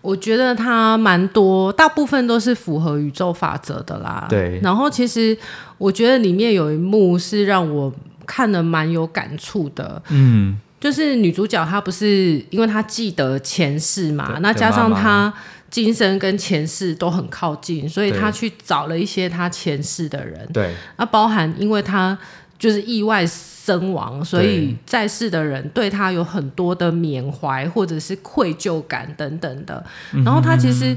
[SPEAKER 2] 我觉得它蛮多，大部分都是符合宇宙法则的啦。
[SPEAKER 1] 对
[SPEAKER 2] 然后其实我觉得里面有一幕是让我看的蛮有感触的，
[SPEAKER 1] 嗯，
[SPEAKER 2] 就是女主角她不是因为她记得前世嘛
[SPEAKER 1] 对，
[SPEAKER 2] 那加
[SPEAKER 1] 对
[SPEAKER 2] 上
[SPEAKER 1] 妈妈
[SPEAKER 2] 她今生跟前世都很靠近，所以
[SPEAKER 1] 对
[SPEAKER 2] 她去找了一些她前世的人，
[SPEAKER 1] 对
[SPEAKER 2] 那包含因为她就是意外身亡，所以
[SPEAKER 1] 对
[SPEAKER 2] 在世的人对她有很多的缅怀或者是愧疚感等等的，
[SPEAKER 1] 嗯
[SPEAKER 2] 然后她其实。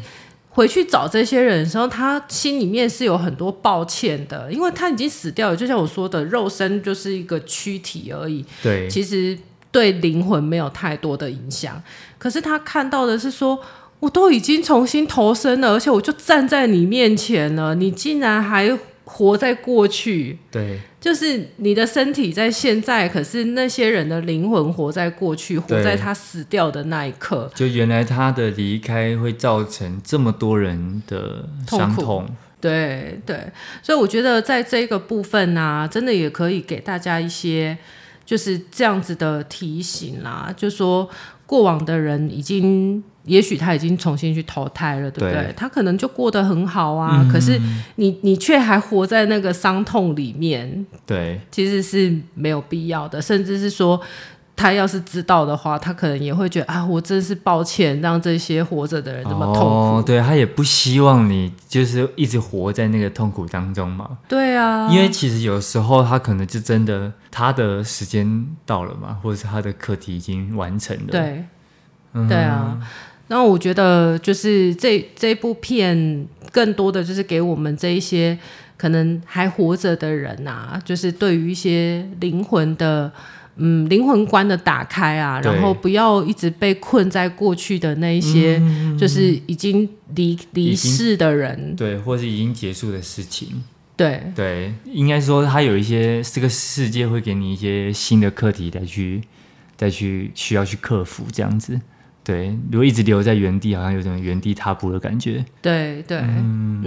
[SPEAKER 2] 回去找这些人的时候，她心里面是有很多抱歉的，因为她已经死掉了。就像我说的，肉身就是一个躯体而已，
[SPEAKER 1] 对
[SPEAKER 2] 其实对灵魂没有太多的影响。可是他看到的是说，我都已经重新投生了，而且我就站在你面前了，你竟然还活在过去，
[SPEAKER 1] 对
[SPEAKER 2] 就是你的身体在现在，可是那些人的灵魂活在过去，活
[SPEAKER 1] 对
[SPEAKER 2] 在他死掉的那一刻。
[SPEAKER 1] 就原来他的离开会造成这么多人的伤
[SPEAKER 2] 痛苦
[SPEAKER 1] 痛，
[SPEAKER 2] 对对，所以我觉得在这个部分呢、真的也可以给大家一些就是这样子的提醒啦，就说过往的人已经。也许他已经重新去投胎了，对不对？
[SPEAKER 1] 对
[SPEAKER 2] 他可能就过得很好啊，可是你你却还活在那个伤痛里面，
[SPEAKER 1] 对
[SPEAKER 2] 其实是没有必要的。甚至是说，他要是知道的话，他可能也会觉得啊，我真是抱歉，让这些活着的人这么痛苦。
[SPEAKER 1] 哦，对他也不希望你就是一直活在那个痛苦当中嘛，
[SPEAKER 2] 对啊，
[SPEAKER 1] 因为其实有时候他可能就真的他的时间到了嘛，或者是他的课题已经完成了，
[SPEAKER 2] 对，
[SPEAKER 1] 嗯
[SPEAKER 2] 对啊。那我觉得就是这这部片更多的就是给我们这一些可能还活着的人啊，就是对于一些灵魂的。嗯，灵魂观的打开啊，
[SPEAKER 1] 对
[SPEAKER 2] 然后不要一直被困在过去的那一
[SPEAKER 1] 嗯
[SPEAKER 2] 些，就是已经离离
[SPEAKER 1] 已经
[SPEAKER 2] 世的人，
[SPEAKER 1] 对，或是已经结束的事情。
[SPEAKER 2] 对，
[SPEAKER 1] 对，应该说它有一些这个世界会给你一些新的课题，再去再去需要去克服这样子。对，如果一直留在原地，好像有种原地踏步的感觉。
[SPEAKER 2] 对，对，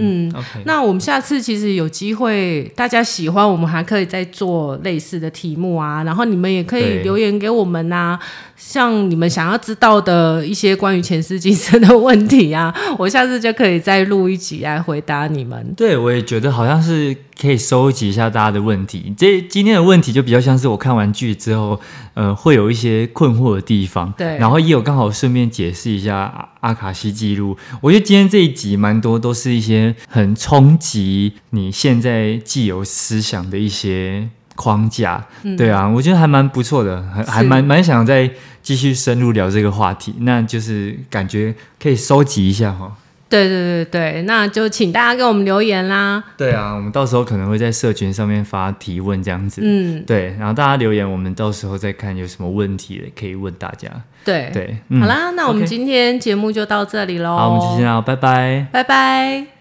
[SPEAKER 2] 嗯
[SPEAKER 1] OK，
[SPEAKER 2] 那我们下次其实有机会，大家喜欢我们还可以再做类似的题目啊，然后你们也可以
[SPEAKER 1] 对
[SPEAKER 2] 留言给我们呐、像你们想要知道的一些关于前世今生的问 题啊，我下次就可以再录一集来回答你们。
[SPEAKER 1] 对我也觉得好像是可以收集一下大家的问题。这今天的问题就比较像是我看完剧之后，呃，会有一些困惑的地方。
[SPEAKER 2] 对
[SPEAKER 1] 然后也有刚好顺便解释一下阿阿卡西记录。我觉得今天这一集蛮多都是一些很冲击你现在既有思想的一些框架。
[SPEAKER 2] 嗯
[SPEAKER 1] 对啊，我觉得还蛮不错的，还还
[SPEAKER 2] 是
[SPEAKER 1] 蛮蛮想再继续深入聊这个话题。那就是感觉可以收集一下哈。
[SPEAKER 2] 对对对对，那就请大家给我们留言啦。
[SPEAKER 1] 对啊，我们到时候可能会在社群上面发提问这样子。
[SPEAKER 2] 嗯，
[SPEAKER 1] 对，然后大家留言，我们到时候再看有什么问题可以问大家。
[SPEAKER 2] 对。
[SPEAKER 1] 对，嗯，
[SPEAKER 2] 哎好啦，那我们
[SPEAKER 1] OK
[SPEAKER 2] 今天节目就到这里喽。
[SPEAKER 1] 好，我们就先这样，拜拜。
[SPEAKER 2] 拜拜。